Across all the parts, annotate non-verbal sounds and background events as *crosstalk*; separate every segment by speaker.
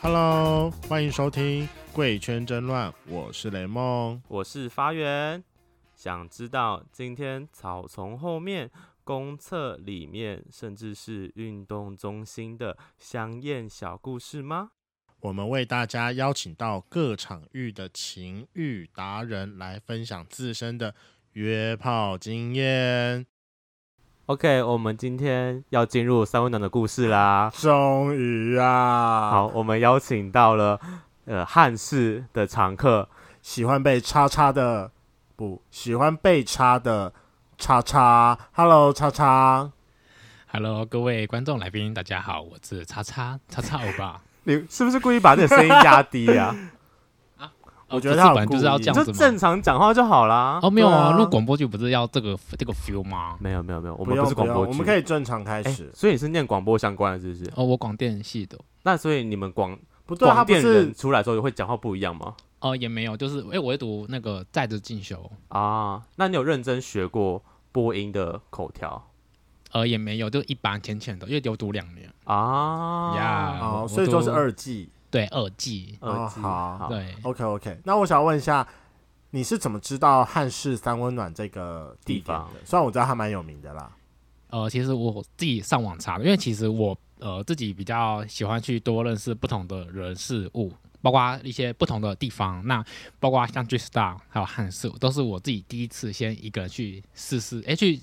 Speaker 1: Hello，欢迎收听《贵圈争乱》，我是雷梦。
Speaker 2: 我是发源。想知道今天草丛后面、公厕里面，甚至是运动中心的香艳小故事吗？
Speaker 1: 我们为大家邀请到各场域的情欲达人来分享自身的约炮经验。
Speaker 2: OK，我们今天要进入三温暖的故事啦。
Speaker 1: 终于啊，
Speaker 2: 好，，我们邀请到了呃汉室的常客，
Speaker 1: 喜欢被叉叉的不喜欢被叉的叉叉，Hello 叉叉，
Speaker 3: Hello，各位观众来宾，大家好，我是叉叉叉叉欧巴。
Speaker 2: 你是不是故意把你的声音压低啊？
Speaker 1: *laughs* 我
Speaker 3: 哦
Speaker 1: 觉得
Speaker 3: 这
Speaker 1: 他
Speaker 3: 次
Speaker 1: 有
Speaker 3: 本来就是要
Speaker 1: 故意啊
Speaker 3: 这
Speaker 2: 你
Speaker 3: 样
Speaker 2: 就
Speaker 3: 子
Speaker 2: 正
Speaker 3: 吗？
Speaker 2: 常讲话就好啦。
Speaker 3: 哦，没有啊，
Speaker 1: 对啊
Speaker 3: 录广播剧不是要这个这个 feel 吗？
Speaker 2: 没有没有没有，我
Speaker 1: 我
Speaker 2: 们
Speaker 1: 不
Speaker 2: 是广
Speaker 1: 用
Speaker 2: 播
Speaker 1: 我
Speaker 2: 剧，
Speaker 1: 们可以正常开
Speaker 2: 哎、
Speaker 1: 始。
Speaker 2: 所以你是念广播相关的，是不是？
Speaker 3: 哦，我广电系的。
Speaker 2: 那所以你们广
Speaker 1: 不对啊，他
Speaker 2: 广
Speaker 1: 不
Speaker 2: 电
Speaker 1: 是
Speaker 2: 人出来之后会讲话不一样吗？
Speaker 3: 哦，也没有，就是哎、我会读那个在职进修，
Speaker 2: 啊，那你有认真学过播音的口条
Speaker 3: 呃，也没有，就一般浅浅的，因为有读两年
Speaker 2: 啊？
Speaker 3: 呀
Speaker 1: 哦，
Speaker 3: 我
Speaker 1: 所以就是
Speaker 3: 都
Speaker 1: 二季。
Speaker 3: 对，二季，
Speaker 2: 耳机
Speaker 1: 哦好
Speaker 2: 好，
Speaker 3: 对，
Speaker 1: OK OK，那我想问一下，你是怎么知道汉室三温暖这个地点
Speaker 2: 地
Speaker 1: 的？虽然我知道它蛮有名的啦，
Speaker 3: 呃，其实我自己上网查的，因为其实我呃自己比较喜欢去多认识不同的人事物，包括一些不同的地方。那包括像 G Star 还有汉室，都是我自己第一次先一个人去试试，哎、去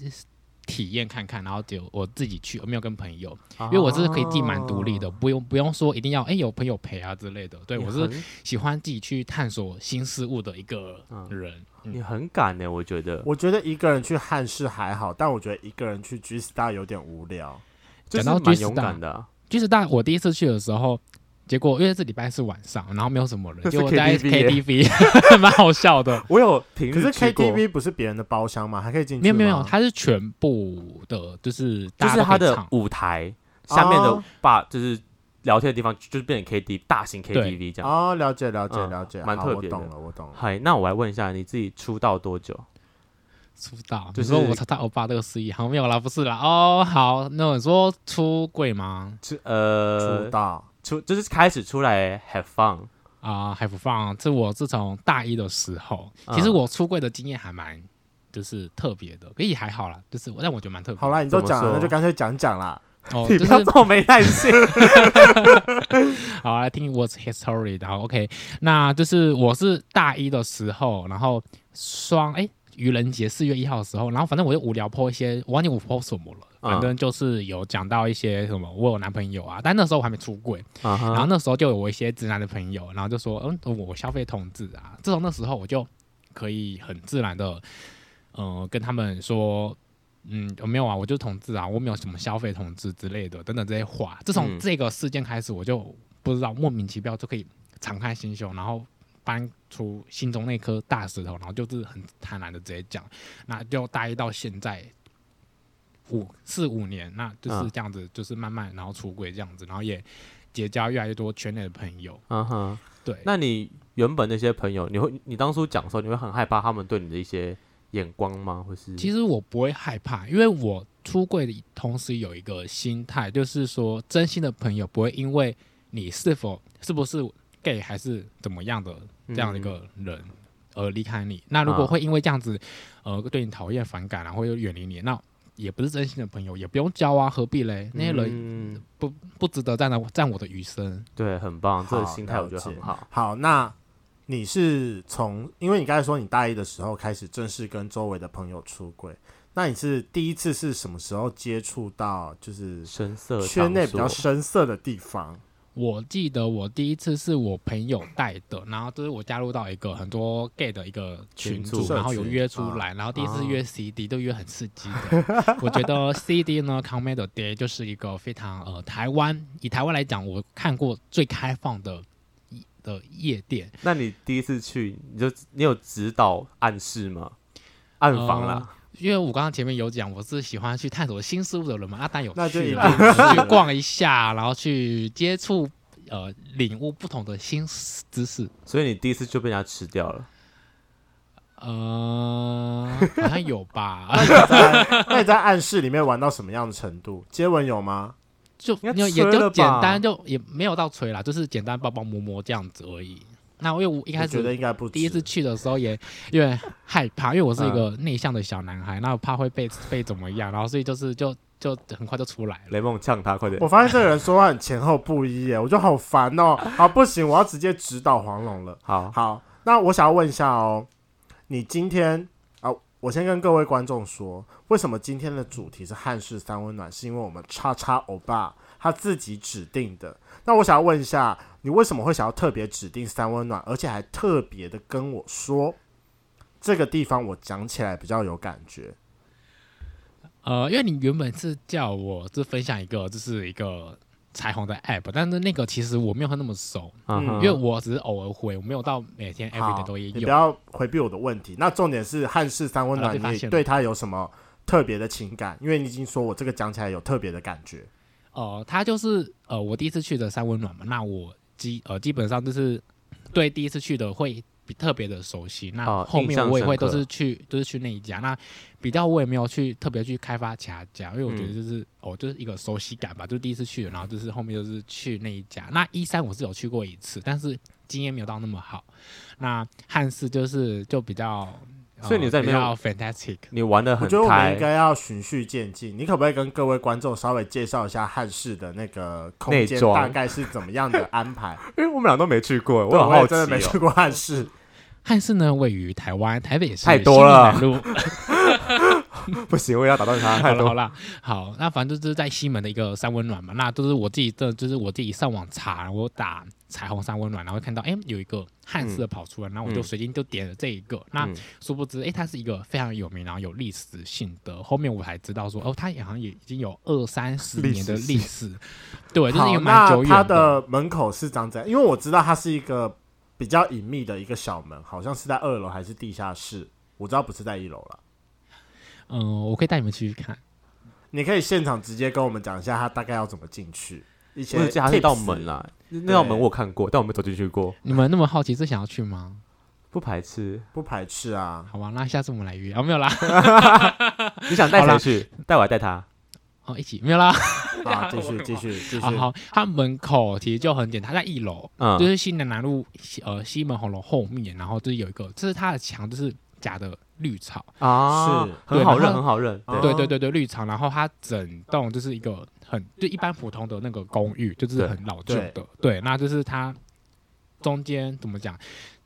Speaker 3: 体验看看，然后就我自己去，我没有跟朋友，
Speaker 2: 啊
Speaker 3: 因为我是可以自己蛮独立的，不用不用说一定要哎、有朋友陪啊之类的。对
Speaker 2: 你
Speaker 3: 我
Speaker 2: 很
Speaker 3: 是喜欢自己去探索新事物的一个人。嗯
Speaker 2: 你很敢呢，我觉得。
Speaker 1: 我觉得一个人去汉室还好，但我觉得一个人去 G Star 有点无聊。
Speaker 2: 就是
Speaker 3: 讲到
Speaker 2: 蛮
Speaker 3: G-Star
Speaker 2: 勇敢
Speaker 1: *laughs*
Speaker 2: 的啊，
Speaker 3: 就是但我第一次去的时候，结果因为是礼拜四晚上，然后没有什么人，
Speaker 2: 那是
Speaker 3: 结果在
Speaker 2: KTV 耶
Speaker 3: KTV，蛮 *laughs* 好笑
Speaker 2: *laughs*
Speaker 3: 的。
Speaker 2: 我有平
Speaker 1: 可是
Speaker 2: 日去过
Speaker 1: KTV 不是别人的包厢吗？还可以进去
Speaker 3: 没有没有没有，
Speaker 1: 吗
Speaker 3: 它是全部的，就是
Speaker 2: 就
Speaker 3: 大
Speaker 2: 是
Speaker 3: 家都可
Speaker 2: 它
Speaker 3: 以
Speaker 2: 的
Speaker 3: 唱
Speaker 2: 舞台下面的
Speaker 1: 哦
Speaker 2: 吧，就是聊天的地方，就是变成 KTV 大型 KTV 这样。
Speaker 1: 哦，了解了解
Speaker 2: 嗯
Speaker 1: 了解，
Speaker 2: 蛮
Speaker 1: 好
Speaker 2: 特别的
Speaker 1: 我懂了，我懂了。
Speaker 2: 嗨，那我来问一下，你自己出道多久？
Speaker 3: 出道。
Speaker 2: 就
Speaker 3: 就是是我查查欧巴这个事业，好没有啦，不是啦。哦，好，那你说出柜吗？
Speaker 2: 出呃
Speaker 1: 出道
Speaker 2: 出就是开始出来 have fun
Speaker 3: 啊、还不放。这我自从大一的时候，
Speaker 2: 嗯
Speaker 3: 其实我出柜的经验还蛮就是特别的，可以还好啦，就是我但我觉得蛮特别的。
Speaker 1: 好啦，你都
Speaker 2: 怎么
Speaker 1: 讲了，
Speaker 2: 说
Speaker 1: 那就干脆讲讲啦。
Speaker 3: 哦，
Speaker 2: 你
Speaker 3: 就
Speaker 2: 不
Speaker 3: 是
Speaker 2: 要这么没耐心。
Speaker 3: *laughs* 好，来听 What's History 然后 OK，那就是我是大一的时候，然后双哎愚人节四月一号的时候，然后反正我就无聊泼一些，我忘记我泼什么了，
Speaker 2: 嗯
Speaker 3: 反正就是有讲到一些什么我有男朋友啊，但那时候我还没出柜，
Speaker 2: 啊哈
Speaker 3: 然后那时候就有我一些直男的朋友，然后就说嗯我消费同志啊，自从那时候我就可以很自然的呃跟他们说。嗯，我没有啊，我就是同志啊，我没有什么消费同志之类的，等等这些话。自从
Speaker 2: 嗯
Speaker 3: 这个事件开始，我就不知道莫名其妙就可以敞开心胸，然后搬出心中那颗大石头，然后就是很坦然的直接讲。那就大一到现在五四五年，那就是
Speaker 2: 嗯
Speaker 3: 这样子，就是慢慢然后出轨这样子，然后也结交越来越多圈内的朋友。
Speaker 2: *laughs* 嗯哼，
Speaker 3: 对，
Speaker 2: 那你原本那些朋友，你会你当初讲的时候，你会很害怕他们对你的一些眼光吗？或是
Speaker 3: 其
Speaker 2: 实
Speaker 3: 实我不会害怕，因为我出柜的同时有一个心态，就是说真心的朋友不会因为你是否是不是 gay 还是怎么样的
Speaker 2: 嗯
Speaker 3: 这样的一个人而离开你。那如果
Speaker 2: 啊
Speaker 3: 会因为这样子，呃，对你讨厌、反感，然后又远离你，那也不是真心的朋友，也不用交啊，何必嘞？那些人
Speaker 2: 嗯、
Speaker 3: 不值得占了占我的余生。
Speaker 2: 对，很棒，这个
Speaker 1: 好
Speaker 2: 心态
Speaker 1: 了
Speaker 2: 我觉得很
Speaker 1: 解
Speaker 2: 好。
Speaker 1: 好，那你是从，因为你刚才说你大一的时候开始正式跟周围的朋友出轨，那你是第一次是什么时候接触到就是
Speaker 2: 深色
Speaker 1: 圈内
Speaker 2: 场
Speaker 1: 比较
Speaker 2: 所
Speaker 1: 深色的地方？
Speaker 3: 我记得我第一次是我朋友带的，然后就是我加入到一个很多 gay 的一个群
Speaker 2: 群
Speaker 3: 组，
Speaker 2: 组
Speaker 3: 然后有约出来，然后第一次
Speaker 1: 啊
Speaker 3: 约 CD 都约很刺激的。 *laughs* 我觉得 CD 呢 c o m e d Day 就是一个非常呃台湾以台湾来讲，我看过最开放的的夜店，
Speaker 2: 那你第一次去，你就你有指导暗示吗？暗访啦，
Speaker 3: 因为我刚刚前面有讲，我是喜欢去探索新事物的人嘛，啊，但有
Speaker 1: 那就一
Speaker 3: 去
Speaker 1: 定
Speaker 3: 啦
Speaker 1: 是
Speaker 3: 去逛一下，然后去接触呃领悟不同的新知识。
Speaker 2: 所以你第一次就被人家吃掉了。
Speaker 3: 呃，好像有吧，
Speaker 1: 那你在那你在暗示里面玩到什么样的程度？接吻有吗？
Speaker 3: *laughs* 就
Speaker 2: 应该
Speaker 3: 因为也
Speaker 2: 吹
Speaker 3: 就
Speaker 2: 了
Speaker 3: 简
Speaker 2: 吧
Speaker 3: 单，就也没有到吹啦，就是简单抱抱摸摸这样子而已。那因为我一
Speaker 1: 一
Speaker 3: 开
Speaker 1: 觉得
Speaker 3: 始
Speaker 1: 应该不止
Speaker 3: 第一次去的时候也有点害怕，因为我是一个内向的小男孩，那我怕会被被怎么样，然后所以就是就就很快就出来了。
Speaker 2: 雷梦呛他，快点
Speaker 1: 我！发现这个人说话很前后不一耶，我就好烦哦。好，不行，我要直接指导黄龙了。
Speaker 2: 好，
Speaker 1: 好，那我想要问一下哦，你今天啊，我先跟各位观众说，为什么今天的主题是汉式三温暖？是因为我们叉叉欧巴他自己指定的。那我想要问一下，你为什么会想要特别指定三温暖，而且还特别的跟我说这个地方，我讲起来比较有感觉。
Speaker 3: 呃，因为你原本是叫我就分享一个就是一个彩虹的 app，但是那个其实我没有那么熟，
Speaker 2: 嗯哼
Speaker 3: 因为我只是偶尔会，我没有到每天 every
Speaker 1: 好
Speaker 3: day 都也
Speaker 1: 你不
Speaker 3: 有。
Speaker 1: 要回避我的问题。那重点是汉室三温
Speaker 3: 啊
Speaker 1: 暖，
Speaker 3: 被发
Speaker 1: 你
Speaker 3: 现了
Speaker 1: 对他有什么特别的情感？因为你已经说我这个讲起来有特别的感觉。
Speaker 3: 呃，它就是呃我第一次去的三温暖嘛，那我基呃基本上就是对第一次去的会比特别的熟悉，那
Speaker 2: 哦
Speaker 3: 后
Speaker 2: 印
Speaker 3: 面
Speaker 2: 象
Speaker 3: 我也
Speaker 2: 深
Speaker 3: 会
Speaker 2: 刻
Speaker 3: 都是去都是去那一家，那比较我也没有去特别去开发其他家，因为我
Speaker 2: 嗯
Speaker 3: 觉得就是、哦就是一个熟悉感吧，就是第一次去，然后就是后面就是去那一家，那一三我是有去过一次，但是经验没有到那么好，那汉室就是就比较，呃
Speaker 2: 所以你在里
Speaker 3: 比
Speaker 2: 面
Speaker 3: 较 fantastic。
Speaker 2: 你玩的
Speaker 1: 我
Speaker 2: 很
Speaker 1: 觉得我们
Speaker 2: 开
Speaker 1: 应，该要循序渐进。你可不可以跟各位观众稍微介绍一下汉室的那个空
Speaker 2: 内
Speaker 1: 间
Speaker 2: 装
Speaker 1: 大概是怎么样的安排？
Speaker 2: 因为 *laughs* 我们俩都没去过，
Speaker 1: 对
Speaker 2: 很
Speaker 1: 我
Speaker 2: 好
Speaker 1: 也
Speaker 2: 奇
Speaker 1: 真的没
Speaker 2: 哦。
Speaker 1: 去过汉
Speaker 3: *laughs*
Speaker 1: 室，
Speaker 3: 汉室呢，位于台湾台北市
Speaker 2: 太多了
Speaker 3: 西门南路
Speaker 2: *laughs* 不行，我也要打断他，
Speaker 3: *laughs*
Speaker 2: 太
Speaker 3: 好了
Speaker 2: 多
Speaker 3: 好啦，好，那反正就是在西门的一个三温暖嘛，那都是我自己这就是我自己上网查，我打彩虹三温暖，然后看到哎、诶有一个汉式的跑出来，然后我就
Speaker 2: 嗯
Speaker 3: 随机就点了这一个，那
Speaker 2: 嗯
Speaker 3: 殊不知哎、诶它是一个非常有名，然后有历史性的，后面我才知道说哦，它也好像也已经有二三十
Speaker 2: 历
Speaker 3: 年的
Speaker 2: 史
Speaker 3: 历史， *laughs* 对，就是
Speaker 1: 好
Speaker 3: 也，蛮
Speaker 1: 那
Speaker 3: 久
Speaker 1: 它
Speaker 3: 远
Speaker 1: 的门口是长怎样？因为我知道它是一个比较隐秘的一个小门，好像是在二楼还是地下室，我知道不是在一楼了。
Speaker 3: 嗯、我可以带你们去看。
Speaker 1: 你可以现场直接跟我们讲一下，它大概要怎么进去。一
Speaker 2: 我
Speaker 1: 些
Speaker 2: 只记得它是一道
Speaker 1: tips
Speaker 2: 门啦，那道门我有看过，但我没走进去过，
Speaker 3: 你们那么好奇是想要去吗？
Speaker 2: 不排斥。
Speaker 1: 不排斥啊。
Speaker 3: *laughs* 好吧，那下次我们来约啊，没有啦，
Speaker 2: 你想带
Speaker 3: 好啦
Speaker 2: 谁去？带我还带他？
Speaker 3: 哦，一起没有啦， *laughs*
Speaker 1: 好，继续继续继续
Speaker 3: 啊。 *laughs* 好，它门口其实就很简单，它在一楼，
Speaker 2: 嗯
Speaker 3: 就，是西南南路西呃西门红楼后面，然后就是有一个，这是它的墙，就是假的绿草，
Speaker 2: 啊，
Speaker 1: 是
Speaker 2: 很好
Speaker 3: 对然
Speaker 2: 认，
Speaker 3: 后
Speaker 2: 很好认。
Speaker 1: 哦
Speaker 3: 对对对对，绿草，然后它整栋就是一个很就一般普通的那个公寓，就是
Speaker 2: 对
Speaker 3: 很老旧的，对，那就是它中间怎么讲？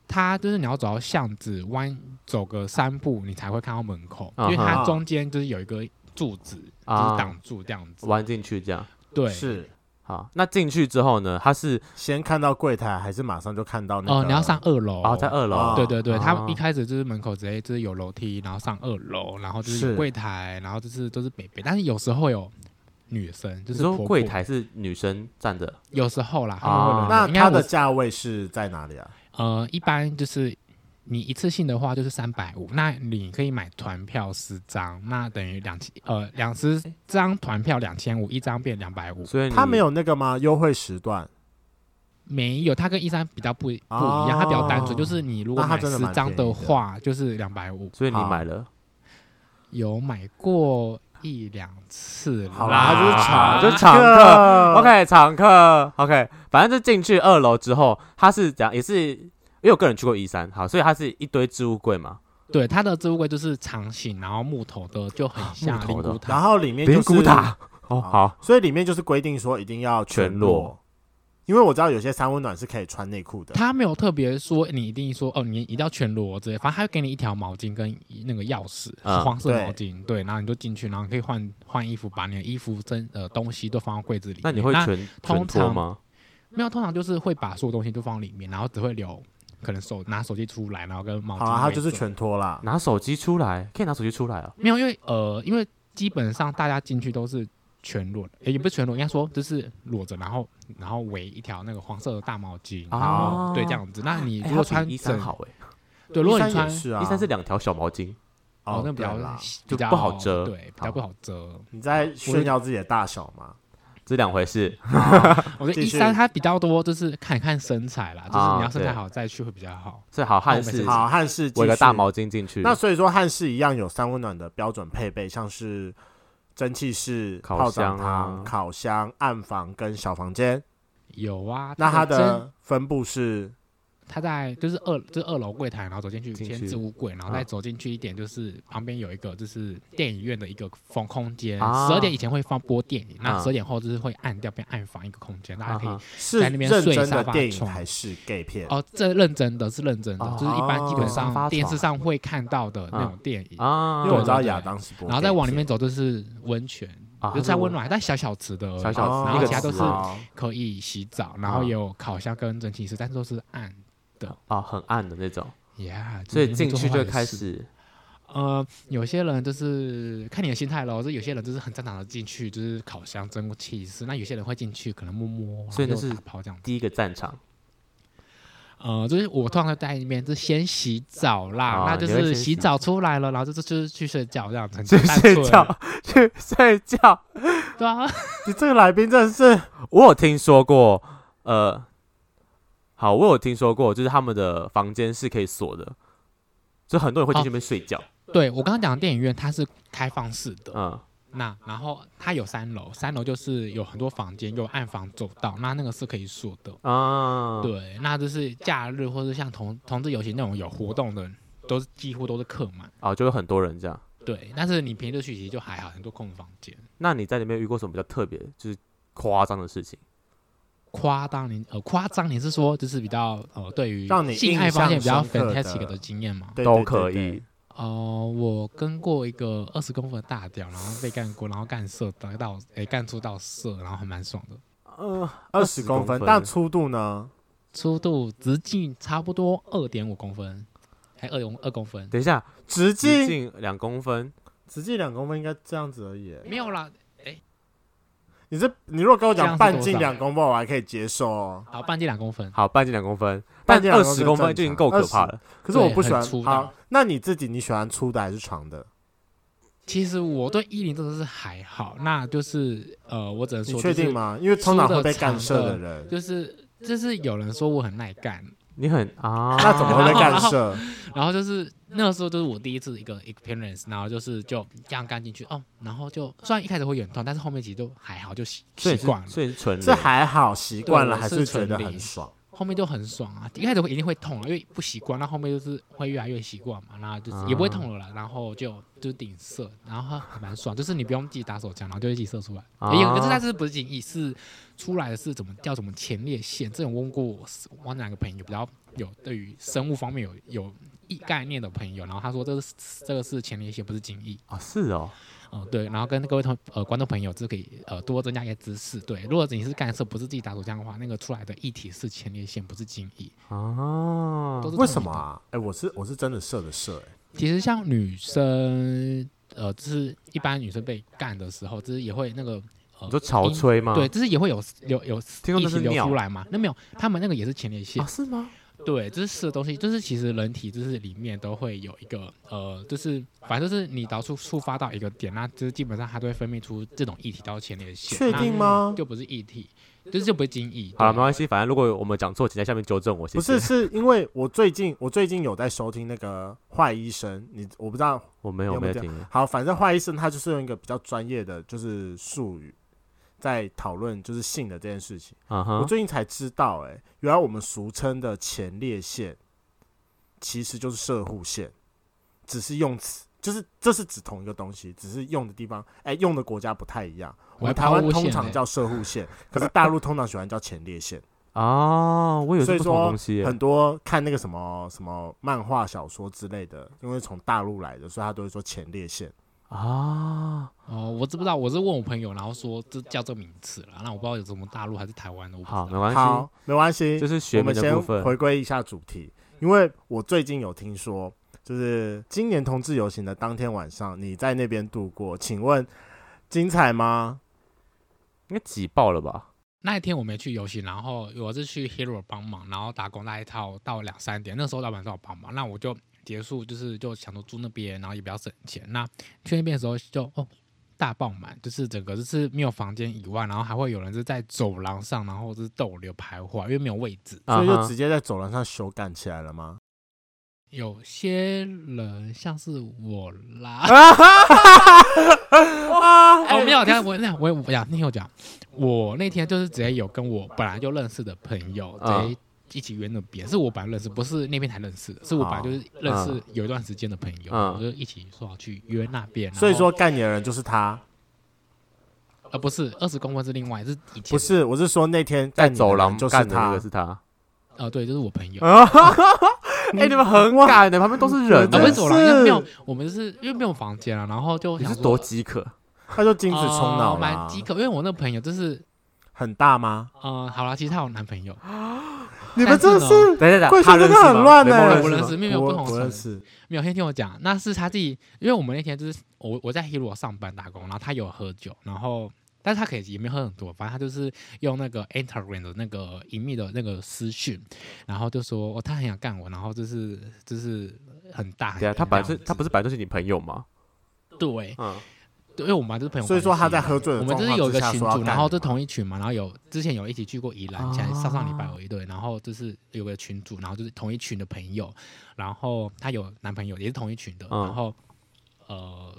Speaker 3: 它就是你要走到巷子弯走个三步，你才会看到门口，因为
Speaker 2: 啊
Speaker 3: 它
Speaker 1: 哈
Speaker 3: 中间就是有一个柱子，就是
Speaker 2: 啊
Speaker 3: 挡住这样子。
Speaker 2: 玩进去这样。
Speaker 3: 对，
Speaker 1: 是
Speaker 2: 好，那进去之后呢？它是
Speaker 1: 先看到柜台，还是马上就看到那个？
Speaker 3: 哦，你要上二楼，
Speaker 2: 哦，在二楼
Speaker 1: 啊
Speaker 3: 对对对，他们一
Speaker 2: 哦
Speaker 3: 开始就是门口直接就是有楼梯，然后上二楼，然后就是
Speaker 1: 是
Speaker 3: 有柜台，然后就是都是北北，但是有时候有女生，就
Speaker 2: 你
Speaker 3: 是
Speaker 2: 说
Speaker 3: 婆婆
Speaker 2: 柜，台是女生站着，
Speaker 3: 有时候啦，他们会轮流
Speaker 1: 哦那
Speaker 3: 应该
Speaker 1: 它的
Speaker 3: 我
Speaker 1: 价位是在哪里啊？
Speaker 3: 呃，一般就是你一次性的话就是三百五，那你可以买团票十张，那等于两千呃两十张团票两千五，一张变两百五，
Speaker 2: 所以你
Speaker 1: 它没有那个吗？优惠时段？
Speaker 3: 没有，它跟一张比较不不一
Speaker 1: 哦
Speaker 3: 样，它比较单纯，就是你如果
Speaker 1: 那它
Speaker 3: 买
Speaker 1: 真的
Speaker 3: 十
Speaker 1: 蛮
Speaker 3: 张
Speaker 1: 便宜的
Speaker 3: 话就是两百五，
Speaker 2: 所以你
Speaker 1: 好
Speaker 2: 买了，
Speaker 3: 有买过一两次
Speaker 1: 好
Speaker 3: 啦，
Speaker 1: 啦，它就是
Speaker 2: 啊
Speaker 1: 常，
Speaker 2: 就是常客
Speaker 3: 呃
Speaker 2: OK，常客，OK，反正就进去二楼之后，它是讲也是，因为我个人去过一三，好，所以它是一堆置物柜嘛，
Speaker 3: 对，它的置物柜就是长形，然后木头的，就很像
Speaker 2: 木
Speaker 3: 灵
Speaker 2: 头的
Speaker 3: 骨
Speaker 1: 然
Speaker 3: 塔。
Speaker 1: 后里面
Speaker 2: 灵
Speaker 1: 就是
Speaker 2: 骨塔，哦，好，
Speaker 1: 所以里面就是规定说一定要全
Speaker 2: 全
Speaker 1: 裸
Speaker 2: 裸，
Speaker 1: 因为我知道有些三温暖是可以穿内裤的。
Speaker 3: 他没有特别说你一定说哦，你一定要全裸之类，反正他会给你一条毛巾跟一那个钥匙，
Speaker 2: 嗯
Speaker 3: 黄色
Speaker 1: 对
Speaker 3: 毛巾，对，然后你就进去，然后你可以换换衣服，把你的衣服真呃东西都放到柜子里面。
Speaker 2: 那你会全全
Speaker 3: 通
Speaker 2: 脱
Speaker 3: 常
Speaker 2: 吗？
Speaker 3: 没有？通常就是会把所有东西都放里面，然后只会留可能手拿手机出来，然后跟
Speaker 2: 哦
Speaker 3: 毛巾。
Speaker 1: 好啊啦，它就是全脱啦。
Speaker 2: 拿手机出来，可以拿手机出来哦。
Speaker 3: 没有，因为呃，因为基本上大家进去都是全裸的，诶也不是全裸，应该说就是裸着，然后然后围一条那个黄色的大毛巾，然后
Speaker 2: 哦
Speaker 3: 对这样子。那你
Speaker 2: 哎它
Speaker 3: 如果
Speaker 2: 比
Speaker 3: 穿
Speaker 2: 一
Speaker 3: 整
Speaker 2: 三，好
Speaker 3: 对，如果
Speaker 1: 一
Speaker 3: 你
Speaker 1: 三
Speaker 3: 穿
Speaker 1: 也是啊，
Speaker 2: 哎，一三是两条小毛巾，
Speaker 3: 哦，那比
Speaker 1: 对
Speaker 3: 较
Speaker 1: 啦，
Speaker 3: 比
Speaker 2: 就
Speaker 3: 较
Speaker 2: 不好遮
Speaker 3: 对，比较
Speaker 2: 好
Speaker 3: 不好遮。
Speaker 1: 你在炫耀自己的大小吗？
Speaker 2: 这两回事。
Speaker 3: 我觉得
Speaker 1: 继
Speaker 3: 一
Speaker 1: 续
Speaker 3: 三它比较多，就是看看身材啦，就是
Speaker 2: 啊
Speaker 3: 你要身材
Speaker 2: 对
Speaker 3: 好再去会比较好。
Speaker 2: 所以好汉
Speaker 3: 我每
Speaker 2: 是
Speaker 3: 次
Speaker 1: 好，汉室继续
Speaker 2: 围个大毛巾进去，
Speaker 1: 那所以说汉室一样有三温暖的标准配备，像是蒸汽室、
Speaker 2: 烤
Speaker 1: 泡澡
Speaker 2: 箱
Speaker 1: 堂、
Speaker 2: 啊
Speaker 1: 烤箱、暗房跟小房间。
Speaker 3: 有啊，
Speaker 1: 那它
Speaker 3: 它
Speaker 1: 的分布是
Speaker 3: 它在就是二就是二楼柜台，然后走进去
Speaker 2: 进去
Speaker 3: 先置物柜，然后
Speaker 2: 啊
Speaker 3: 再走进去一点，就是旁边有一个就是电影院的一个封空间。
Speaker 2: 啊
Speaker 3: 十二点以前会放播电影，那
Speaker 2: 啊
Speaker 3: 十二点后就是会暗掉变暗房一个空间，大家可以
Speaker 2: 啊哈
Speaker 1: 是
Speaker 3: 在那边
Speaker 1: 认
Speaker 3: 睡
Speaker 1: 真
Speaker 3: 沙
Speaker 1: 的
Speaker 3: 发
Speaker 1: 电影
Speaker 3: 床
Speaker 1: 还是 gay 片？
Speaker 3: 哦，这认真的是认真的，
Speaker 2: 哦
Speaker 3: 就是一般基本
Speaker 1: 有
Speaker 2: 沙发
Speaker 3: 上电视
Speaker 2: 床
Speaker 3: 上会看到的那
Speaker 2: 啊
Speaker 3: 种电影。
Speaker 2: 啊，
Speaker 1: 因为我知道
Speaker 3: 对对
Speaker 1: 亚
Speaker 3: 对
Speaker 1: 当是播 gay 片，
Speaker 3: 然后再往里面走就是温泉，
Speaker 2: 啊
Speaker 3: 就是在温暖，但小小池的而已，
Speaker 2: 小小
Speaker 1: 哦，
Speaker 2: 池
Speaker 3: 然
Speaker 2: 一
Speaker 3: 后
Speaker 2: 个
Speaker 3: 其他都
Speaker 2: 池
Speaker 3: 是
Speaker 1: 好
Speaker 3: 可以洗澡，然后
Speaker 2: 啊
Speaker 3: 也有烤箱跟蒸汽室，但是都是暗。
Speaker 2: 啊，很暗的那种，
Speaker 1: 嗯
Speaker 3: 呀、yeah,，
Speaker 2: 所以进去就开
Speaker 3: 始。
Speaker 2: 始
Speaker 3: 呃，有些人就是看你的心态咯，就有些人就是很正常的进去，就是烤箱蒸汽室。那有些人会进去，可能摸摸，
Speaker 2: 所以那
Speaker 3: 然后就是打泡这样子。
Speaker 2: 第一个
Speaker 1: *laughs*
Speaker 2: 战场，
Speaker 3: 呃，就是我通常会在那边，就是先洗澡啦，
Speaker 2: 哦
Speaker 3: 那就
Speaker 2: 你会
Speaker 3: 是
Speaker 2: 先
Speaker 3: 洗
Speaker 2: 洗
Speaker 3: 澡出来了，然后就是就是去睡觉这样
Speaker 2: *laughs*
Speaker 3: 子，很
Speaker 2: 去
Speaker 3: 单
Speaker 2: 睡
Speaker 3: 纯
Speaker 2: 觉， *laughs* 去睡觉。
Speaker 3: 对啊，
Speaker 1: 你这个来宾真的是
Speaker 2: 我有听说过，呃，好，我有听说过，就是他们的房间是可以锁的，就很多人会进去那边睡觉。
Speaker 3: 对我刚刚讲的电影院它是开放式的，
Speaker 2: 嗯，
Speaker 1: 哦
Speaker 3: 那然后它有三楼，三楼就是有很多房间，有暗房走道，那那个是可以锁的。
Speaker 2: 啊，
Speaker 3: 对，那就是假日或者像同同志游行那种有活动的，都是几乎都是客满。
Speaker 2: 啊，就有很多人这样。
Speaker 3: 对，但是你平日去其实就还好，很多空房间。
Speaker 2: 那你在里面遇过什么比较特别，就是夸张的事情？
Speaker 3: 夸张你呃夸张你是说就是比较呃对于
Speaker 1: 让你
Speaker 3: 性爱方面比较
Speaker 1: 印象深刻的
Speaker 3: fantastic 的经验吗？
Speaker 1: 对
Speaker 2: 都
Speaker 1: 对对
Speaker 2: 可
Speaker 1: 对
Speaker 2: 以
Speaker 3: 哦，我跟过一个二十公分的大屌，然后被干过，然后干射得到诶干出到射，然后还蛮爽的。
Speaker 2: 呃，
Speaker 1: 二十
Speaker 2: 20
Speaker 1: 公分，
Speaker 2: 公分
Speaker 1: 但粗度呢？
Speaker 3: 粗度直径差不多二点五公分，还二公二公分，
Speaker 2: 等一下，
Speaker 1: 直
Speaker 2: 直
Speaker 1: 径
Speaker 2: 径两公分，
Speaker 1: 直径两公分应该这样子而已。
Speaker 3: 没有啦，
Speaker 1: 你这你如果跟我
Speaker 3: 这样
Speaker 1: 讲
Speaker 3: 是
Speaker 1: 半
Speaker 3: 多
Speaker 1: 径
Speaker 3: 少
Speaker 1: 两公分，我还可以接受哦。
Speaker 3: 好半径两公分。
Speaker 2: 好，半径两公分，
Speaker 1: 半
Speaker 2: 但
Speaker 1: 径两
Speaker 2: 二
Speaker 1: 公分
Speaker 2: 十公分
Speaker 1: 正
Speaker 2: 就已
Speaker 1: 常
Speaker 2: 经够可
Speaker 1: 20
Speaker 2: 怕了。
Speaker 1: 可是我
Speaker 3: 对
Speaker 1: 不喜
Speaker 3: 很
Speaker 1: 欢
Speaker 3: 粗。大
Speaker 1: 好，那你自己你喜欢粗的还是长的？
Speaker 3: 其实我对一零真的是还好，那就是呃，我只能
Speaker 1: 你
Speaker 3: 说、就
Speaker 1: 确
Speaker 3: 是、
Speaker 1: 定吗？因为通常
Speaker 3: 粗的
Speaker 1: 会被干
Speaker 3: 长
Speaker 1: 涉的
Speaker 3: 的
Speaker 1: 人，
Speaker 3: 就是就是有人说我很耐干，
Speaker 2: 你很啊，
Speaker 1: 那怎么会被干
Speaker 3: 然后 *laughs*
Speaker 1: 涉？
Speaker 3: 然后就是那个时候就是我第一次一个 experience，然后就是就这样干进去哦，然后就虽然一开始会有点痛，但是后面其实就还好，就习
Speaker 2: 所
Speaker 3: 习
Speaker 2: 以是
Speaker 3: 惯了，
Speaker 2: 所以是纯
Speaker 1: 这
Speaker 2: 零
Speaker 1: 还好，习惯了
Speaker 3: 对
Speaker 1: 还
Speaker 3: 我是
Speaker 1: 是觉得
Speaker 3: 纯
Speaker 1: 很
Speaker 3: 零
Speaker 1: 爽。
Speaker 3: 后面就很爽啊。一开始会一定会痛了，因为不习惯，那后面就是会越来越习惯嘛，然后就是
Speaker 2: 啊
Speaker 3: 也不会痛了啦，然后就就顶射，然后还蛮爽，就是你不用自己打手枪，然后就一起射出来。
Speaker 2: 啊
Speaker 3: 也有可是但是不是仅仅是出来的是怎么叫什么前列腺，这种问过我我两个朋友比较有对于生物方面有有。一概念的朋友，然后他说这是这个是前列腺，不是精液。
Speaker 2: 啊是哦，
Speaker 3: 哦，对，然后跟各位同呃观众朋友，这可以呃多增加一些知识。对，如果你是干涉不是自己打手枪的话，那个出来的液体是前列腺，不是精液。
Speaker 2: 啊
Speaker 3: 都是
Speaker 1: 为
Speaker 3: 同
Speaker 1: 什
Speaker 3: 一
Speaker 1: 么
Speaker 3: 道？
Speaker 1: 啊？哎、我是我是真的射的射、哎，
Speaker 3: 其实像女生，呃，就是一般女生被干的时候，就是也会那个
Speaker 2: 你说潮吹
Speaker 1: 嗯
Speaker 2: 吗？
Speaker 3: 对，就是也会有流有
Speaker 2: 听说
Speaker 3: 液
Speaker 2: 那
Speaker 3: 体
Speaker 2: 是
Speaker 3: 流
Speaker 2: 尿
Speaker 3: 出来嘛。那没有，他们那个也是前列腺
Speaker 1: 哦
Speaker 2: 啊。是吗？
Speaker 3: 对，就是吃的东西，就是其实人体就是里面都会有一个呃，就是反正就是你导触触发到一个点，那就是基本上它都会分泌出这种液体到前列腺。
Speaker 1: 确
Speaker 3: 那
Speaker 1: 定吗？
Speaker 3: 就不是液体，就是就不是精液。
Speaker 2: 好了，
Speaker 3: 对
Speaker 2: 没关系，反正如果我们讲错，请在下面纠正我。谢
Speaker 1: 不
Speaker 2: 谢
Speaker 1: 是，是因为我最近我最近有在收听那个坏医生，你我不知道。
Speaker 2: 我没
Speaker 1: 有
Speaker 2: 有
Speaker 1: 没
Speaker 2: 没
Speaker 1: 有这
Speaker 2: 有听，
Speaker 1: 好，反正坏医生他就是用一个比较专业的就是术语，在讨论就是性的这件事情。
Speaker 2: 啊
Speaker 1: 我
Speaker 2: 哈，
Speaker 1: 最近才知道、哎，原来我们俗称的前列腺其实就是射护腺，只是用词。就是这是指同一个东西，只是用的地方，哎、用的国家不太一样。我
Speaker 3: 我还
Speaker 1: 们台
Speaker 3: 抛
Speaker 1: 湾
Speaker 3: 物
Speaker 1: 通
Speaker 3: 线
Speaker 1: 常
Speaker 3: 嘞
Speaker 1: 叫射护腺，可是大陆通常喜欢叫前列腺。
Speaker 2: 啊，我以为
Speaker 1: 所以
Speaker 2: 是不同
Speaker 1: 说
Speaker 2: 东西耶，
Speaker 1: 很多看那个什么什么漫画小说之类的，因为从大陆来的，所以他都会说前列腺。
Speaker 2: 啊，
Speaker 3: 哦，我知不知道？我是问我朋友，然后说这叫这名词了，那我不知道有什么大陆还是台湾的，我不知
Speaker 2: 好，
Speaker 3: 道。
Speaker 2: 没关系，
Speaker 1: 好，没关系，
Speaker 2: 就是学
Speaker 1: 我
Speaker 2: 名
Speaker 1: 们
Speaker 2: 的
Speaker 1: 先
Speaker 2: 部分
Speaker 1: 回归一下主题，因为我最近有听说，就是今年同志游行的当天晚上，你在那边度过，请问精彩吗？
Speaker 2: 应该挤爆了吧？
Speaker 3: 那一天我没去游行，然后我是去 Hero 帮忙，然后打工那一套到两三点，那时候老板让我帮忙，那我就结束，就是就想说住那边，然后也比较省钱。那去那边的时候就哦大爆满，就是整个就是没有房间以外，然后还会有人是在走廊上，然后就是逗留徘徊，因为没有位置。
Speaker 1: 所以
Speaker 2: 啊
Speaker 1: 就
Speaker 2: 哈 *laughs*
Speaker 1: 直接在走廊上手干起来了吗？
Speaker 3: 有些人像是我啦。 *laughs* 哦，没有，等一下我那我我讲，你听我讲，我那天就是直接有跟我本来就认识的朋友直
Speaker 2: 嗯
Speaker 3: 接一起约那边，是我本来认识，不是那边才认识的，是我本来就是认
Speaker 1: 嗯
Speaker 3: 识有一段时间的朋友，
Speaker 2: 嗯
Speaker 3: 我就一起说要去约那边。
Speaker 1: 所以
Speaker 3: 然后
Speaker 1: 说干你的人就是他，
Speaker 3: 呃不是二十公分是另外是以前
Speaker 1: 不是，我是说那天
Speaker 2: 在
Speaker 1: 干你的
Speaker 2: 走
Speaker 1: 人
Speaker 2: 廊
Speaker 1: 就是
Speaker 2: 干的那
Speaker 1: 他
Speaker 2: 个，是他。
Speaker 3: 呃对，就是我朋
Speaker 1: 嗯
Speaker 3: 友。
Speaker 2: 啊！
Speaker 1: *laughs*
Speaker 2: 哎，你们很敢的，旁边都是人
Speaker 3: 啊，
Speaker 1: 真
Speaker 3: 不
Speaker 2: 欸，
Speaker 3: 是走廊，因为没有
Speaker 1: 是，
Speaker 3: 我们就是因为没有房间啊，然后就
Speaker 2: 你
Speaker 3: 想
Speaker 2: 是
Speaker 3: 说
Speaker 2: 多饥渴？
Speaker 1: 他就精子冲啊脑啦
Speaker 3: 哦蛮饥渴，因为我那个朋友就是，
Speaker 1: 很大吗？
Speaker 3: 呃，好啦，其实她有男朋友，
Speaker 1: 你们真的
Speaker 3: 但是
Speaker 1: 是
Speaker 2: 等一下，
Speaker 1: 贵
Speaker 2: 他
Speaker 1: 圈真
Speaker 2: 认
Speaker 1: 的
Speaker 2: 识吗
Speaker 1: 很乱
Speaker 2: 雷
Speaker 1: 呢、
Speaker 2: 蒙
Speaker 1: 欸，
Speaker 3: 欸
Speaker 2: 认识
Speaker 3: 哦我
Speaker 2: 吗
Speaker 3: 认识没有不同
Speaker 1: 我
Speaker 3: 层
Speaker 1: 认识，
Speaker 3: 没有先听我讲，那是他自己，因为我们那天就是我我在 Hero 上班打工，然后他有喝酒，然后但是他可以也没有喝很多，反正他就是用那个 Instagram 的那个隐秘的那个私讯，然后就说哦他很想干我，然后就是就是很大，
Speaker 2: 对啊，
Speaker 3: 很
Speaker 2: 他本来是
Speaker 3: 这样子
Speaker 2: 他不是本来就是你朋友吗？
Speaker 3: 对
Speaker 2: 嗯，
Speaker 3: 对，因为我们本来就是朋友关系，啊
Speaker 1: 所以说他在喝醉的
Speaker 3: 我们
Speaker 1: 状
Speaker 3: 就是
Speaker 1: 况
Speaker 3: 有
Speaker 1: 之
Speaker 3: 一个
Speaker 1: 下
Speaker 3: 群
Speaker 1: 说要
Speaker 3: 组，
Speaker 1: 干
Speaker 3: 然后就
Speaker 1: 你
Speaker 3: 同一群嘛，然后有之前有一起去过宜兰，前上上礼
Speaker 1: 哦
Speaker 3: 拜有一对，然后就是有个群组，然后就是同一群的朋友，然后她有男朋友也是同一群的，
Speaker 2: 嗯
Speaker 3: 然后呃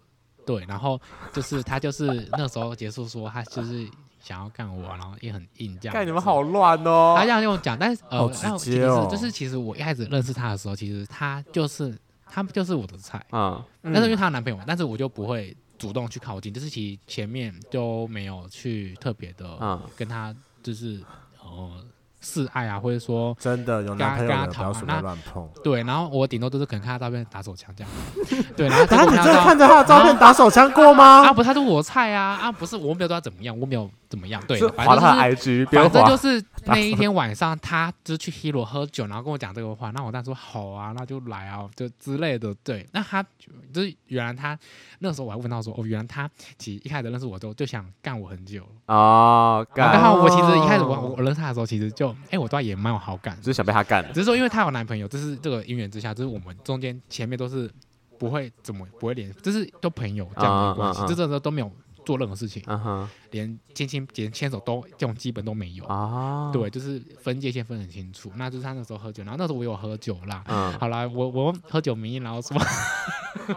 Speaker 3: 对，然后就是她就是那时候结束说她就是想要干我，然后也很硬这样，
Speaker 2: 干你们好。乱哦
Speaker 3: 他！这样跟我讲，但是呃，
Speaker 1: 好直
Speaker 3: 那我其
Speaker 1: 接
Speaker 3: 实
Speaker 1: 哦
Speaker 3: 就是其实我一开始认识她的时候，其实她就是她就是我的菜，
Speaker 2: 嗯，
Speaker 1: 嗯
Speaker 3: 但是因为她有男朋友，但是我就不会主动去靠近，就是其实前面都没有去特别的
Speaker 2: 嗯
Speaker 3: 跟她就是呃示爱啊，或者说
Speaker 1: 真的有男朋友
Speaker 3: 跟他
Speaker 1: 的
Speaker 3: 跟他
Speaker 1: 不要
Speaker 3: 讨
Speaker 1: 随
Speaker 3: 那
Speaker 1: 便乱碰。
Speaker 3: 对，然后我顶多就是可能看她照片打手枪这样， *laughs* 对，然后
Speaker 1: 等下
Speaker 3: 结
Speaker 1: 你
Speaker 3: 果
Speaker 1: 真的
Speaker 3: 看到
Speaker 1: 看着他的照片打手枪过
Speaker 3: 啊，
Speaker 1: 吗？
Speaker 3: 不，她是我菜啊啊，不是我没有对她怎么样，我没有怎么样，对，
Speaker 2: 是
Speaker 3: 反
Speaker 2: 划
Speaker 3: 正
Speaker 2: 到
Speaker 3: 就是
Speaker 2: 他的 IG，别
Speaker 3: 反正就
Speaker 2: 划。
Speaker 3: 是那一天晚上，他就是去 Hero 喝酒，然后跟我讲这个话，那我当时说好啊，那就来啊，就之类的。对，那他就就是原来他那时候我还问到说，哦，原来他其实一开始认识我之后就想干我很久了。
Speaker 2: 哦，
Speaker 3: 然后
Speaker 2: 干
Speaker 3: 刚，好我其实一开始我我我认识他的时候，其实就哎、我对他也蛮有好感
Speaker 2: 只，是想被他干。
Speaker 3: 只是说因为她有男朋友，这是这个姻缘之下，就是我们中间前面都是不会怎么不会联，就是都朋友这样的关系
Speaker 2: 嗯嗯嗯，嗯
Speaker 3: 这真的都没有做任何事情，
Speaker 2: 嗯哼，
Speaker 3: 连亲亲连牵手都这种基本都没有。
Speaker 2: 啊，
Speaker 3: 对，就是分界线分很清楚。那就是他那时候喝酒，然后那时候我有喝酒啦。
Speaker 2: 嗯，
Speaker 3: 好啦，我我用喝酒名义，然后说，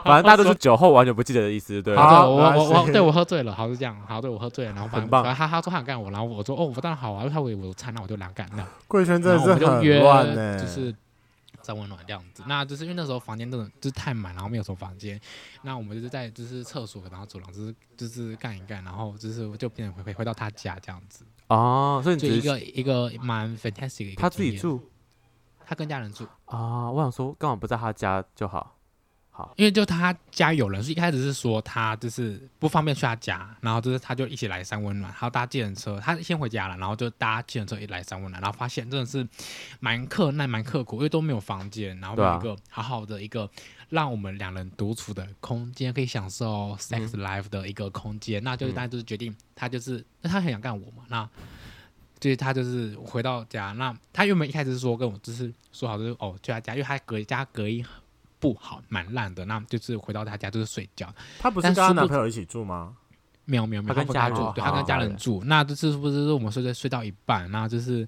Speaker 2: 反正大家都是酒后完全不记得的意思，对
Speaker 1: 好
Speaker 2: 吧？
Speaker 3: *laughs* 我
Speaker 1: 没关系
Speaker 3: 我我对我喝醉了，好是这样，好对我喝醉了，然后
Speaker 2: 很
Speaker 3: 反正
Speaker 2: 棒
Speaker 3: 反正他他说他想干我，然后我说哦，我当然好啊，因为他以为我有菜，那我就两干那，
Speaker 1: 贵圈真
Speaker 3: 然
Speaker 1: 的
Speaker 3: 后
Speaker 1: 是
Speaker 3: 啊我们就约
Speaker 1: 很乱欸呢、
Speaker 2: 欸
Speaker 3: 就是在温暖这样子。那就是因为那时候房间真的就是太满，然后没有什么房间，那我们就是在就是厕所，然后走廊就是就是干一干，然后就是我就变成回回回到他家这样子，
Speaker 2: 哦，所以你
Speaker 3: 就
Speaker 2: 只
Speaker 3: 一
Speaker 2: 是
Speaker 3: 个一个蛮 fantastic 的一个
Speaker 2: 他自
Speaker 3: 经
Speaker 2: 己
Speaker 3: 验，
Speaker 2: 住
Speaker 3: 他跟家人住。
Speaker 2: 啊？我想说，刚好不在他家就好。
Speaker 3: 因为就他家有人，所以一开始是说他就是不方便去他家，然后就是他就一起来三温暖，然后搭计程车，他先回家了，然后就搭计程车一来三温暖，然后发现真的是蛮刻难、蛮刻苦，因为都没有房间，然后没
Speaker 2: 对啊
Speaker 3: 有一个好好的一个让我们两人独处的空间，可以享受 sex life 的一个空间，那就是
Speaker 2: 嗯
Speaker 3: 大家就是决定他就是那他很想干我嘛，那就是他就是回到家，那他原本一开始是说跟我就是说好就是哦去他家，因为他隔家隔音不好，蛮烂的，那就是回到他家就是睡觉，
Speaker 1: 她不是跟
Speaker 3: 但
Speaker 1: 她
Speaker 3: 殊不
Speaker 1: 男朋友一起住吗？
Speaker 3: 没有没有没有，
Speaker 2: 他跟
Speaker 3: 不
Speaker 2: 家
Speaker 3: 住
Speaker 2: 人，
Speaker 3: 对
Speaker 2: 哦
Speaker 3: 他跟家
Speaker 2: 家人
Speaker 3: 人住，那就是是不是我们睡睡睡到一半，那就是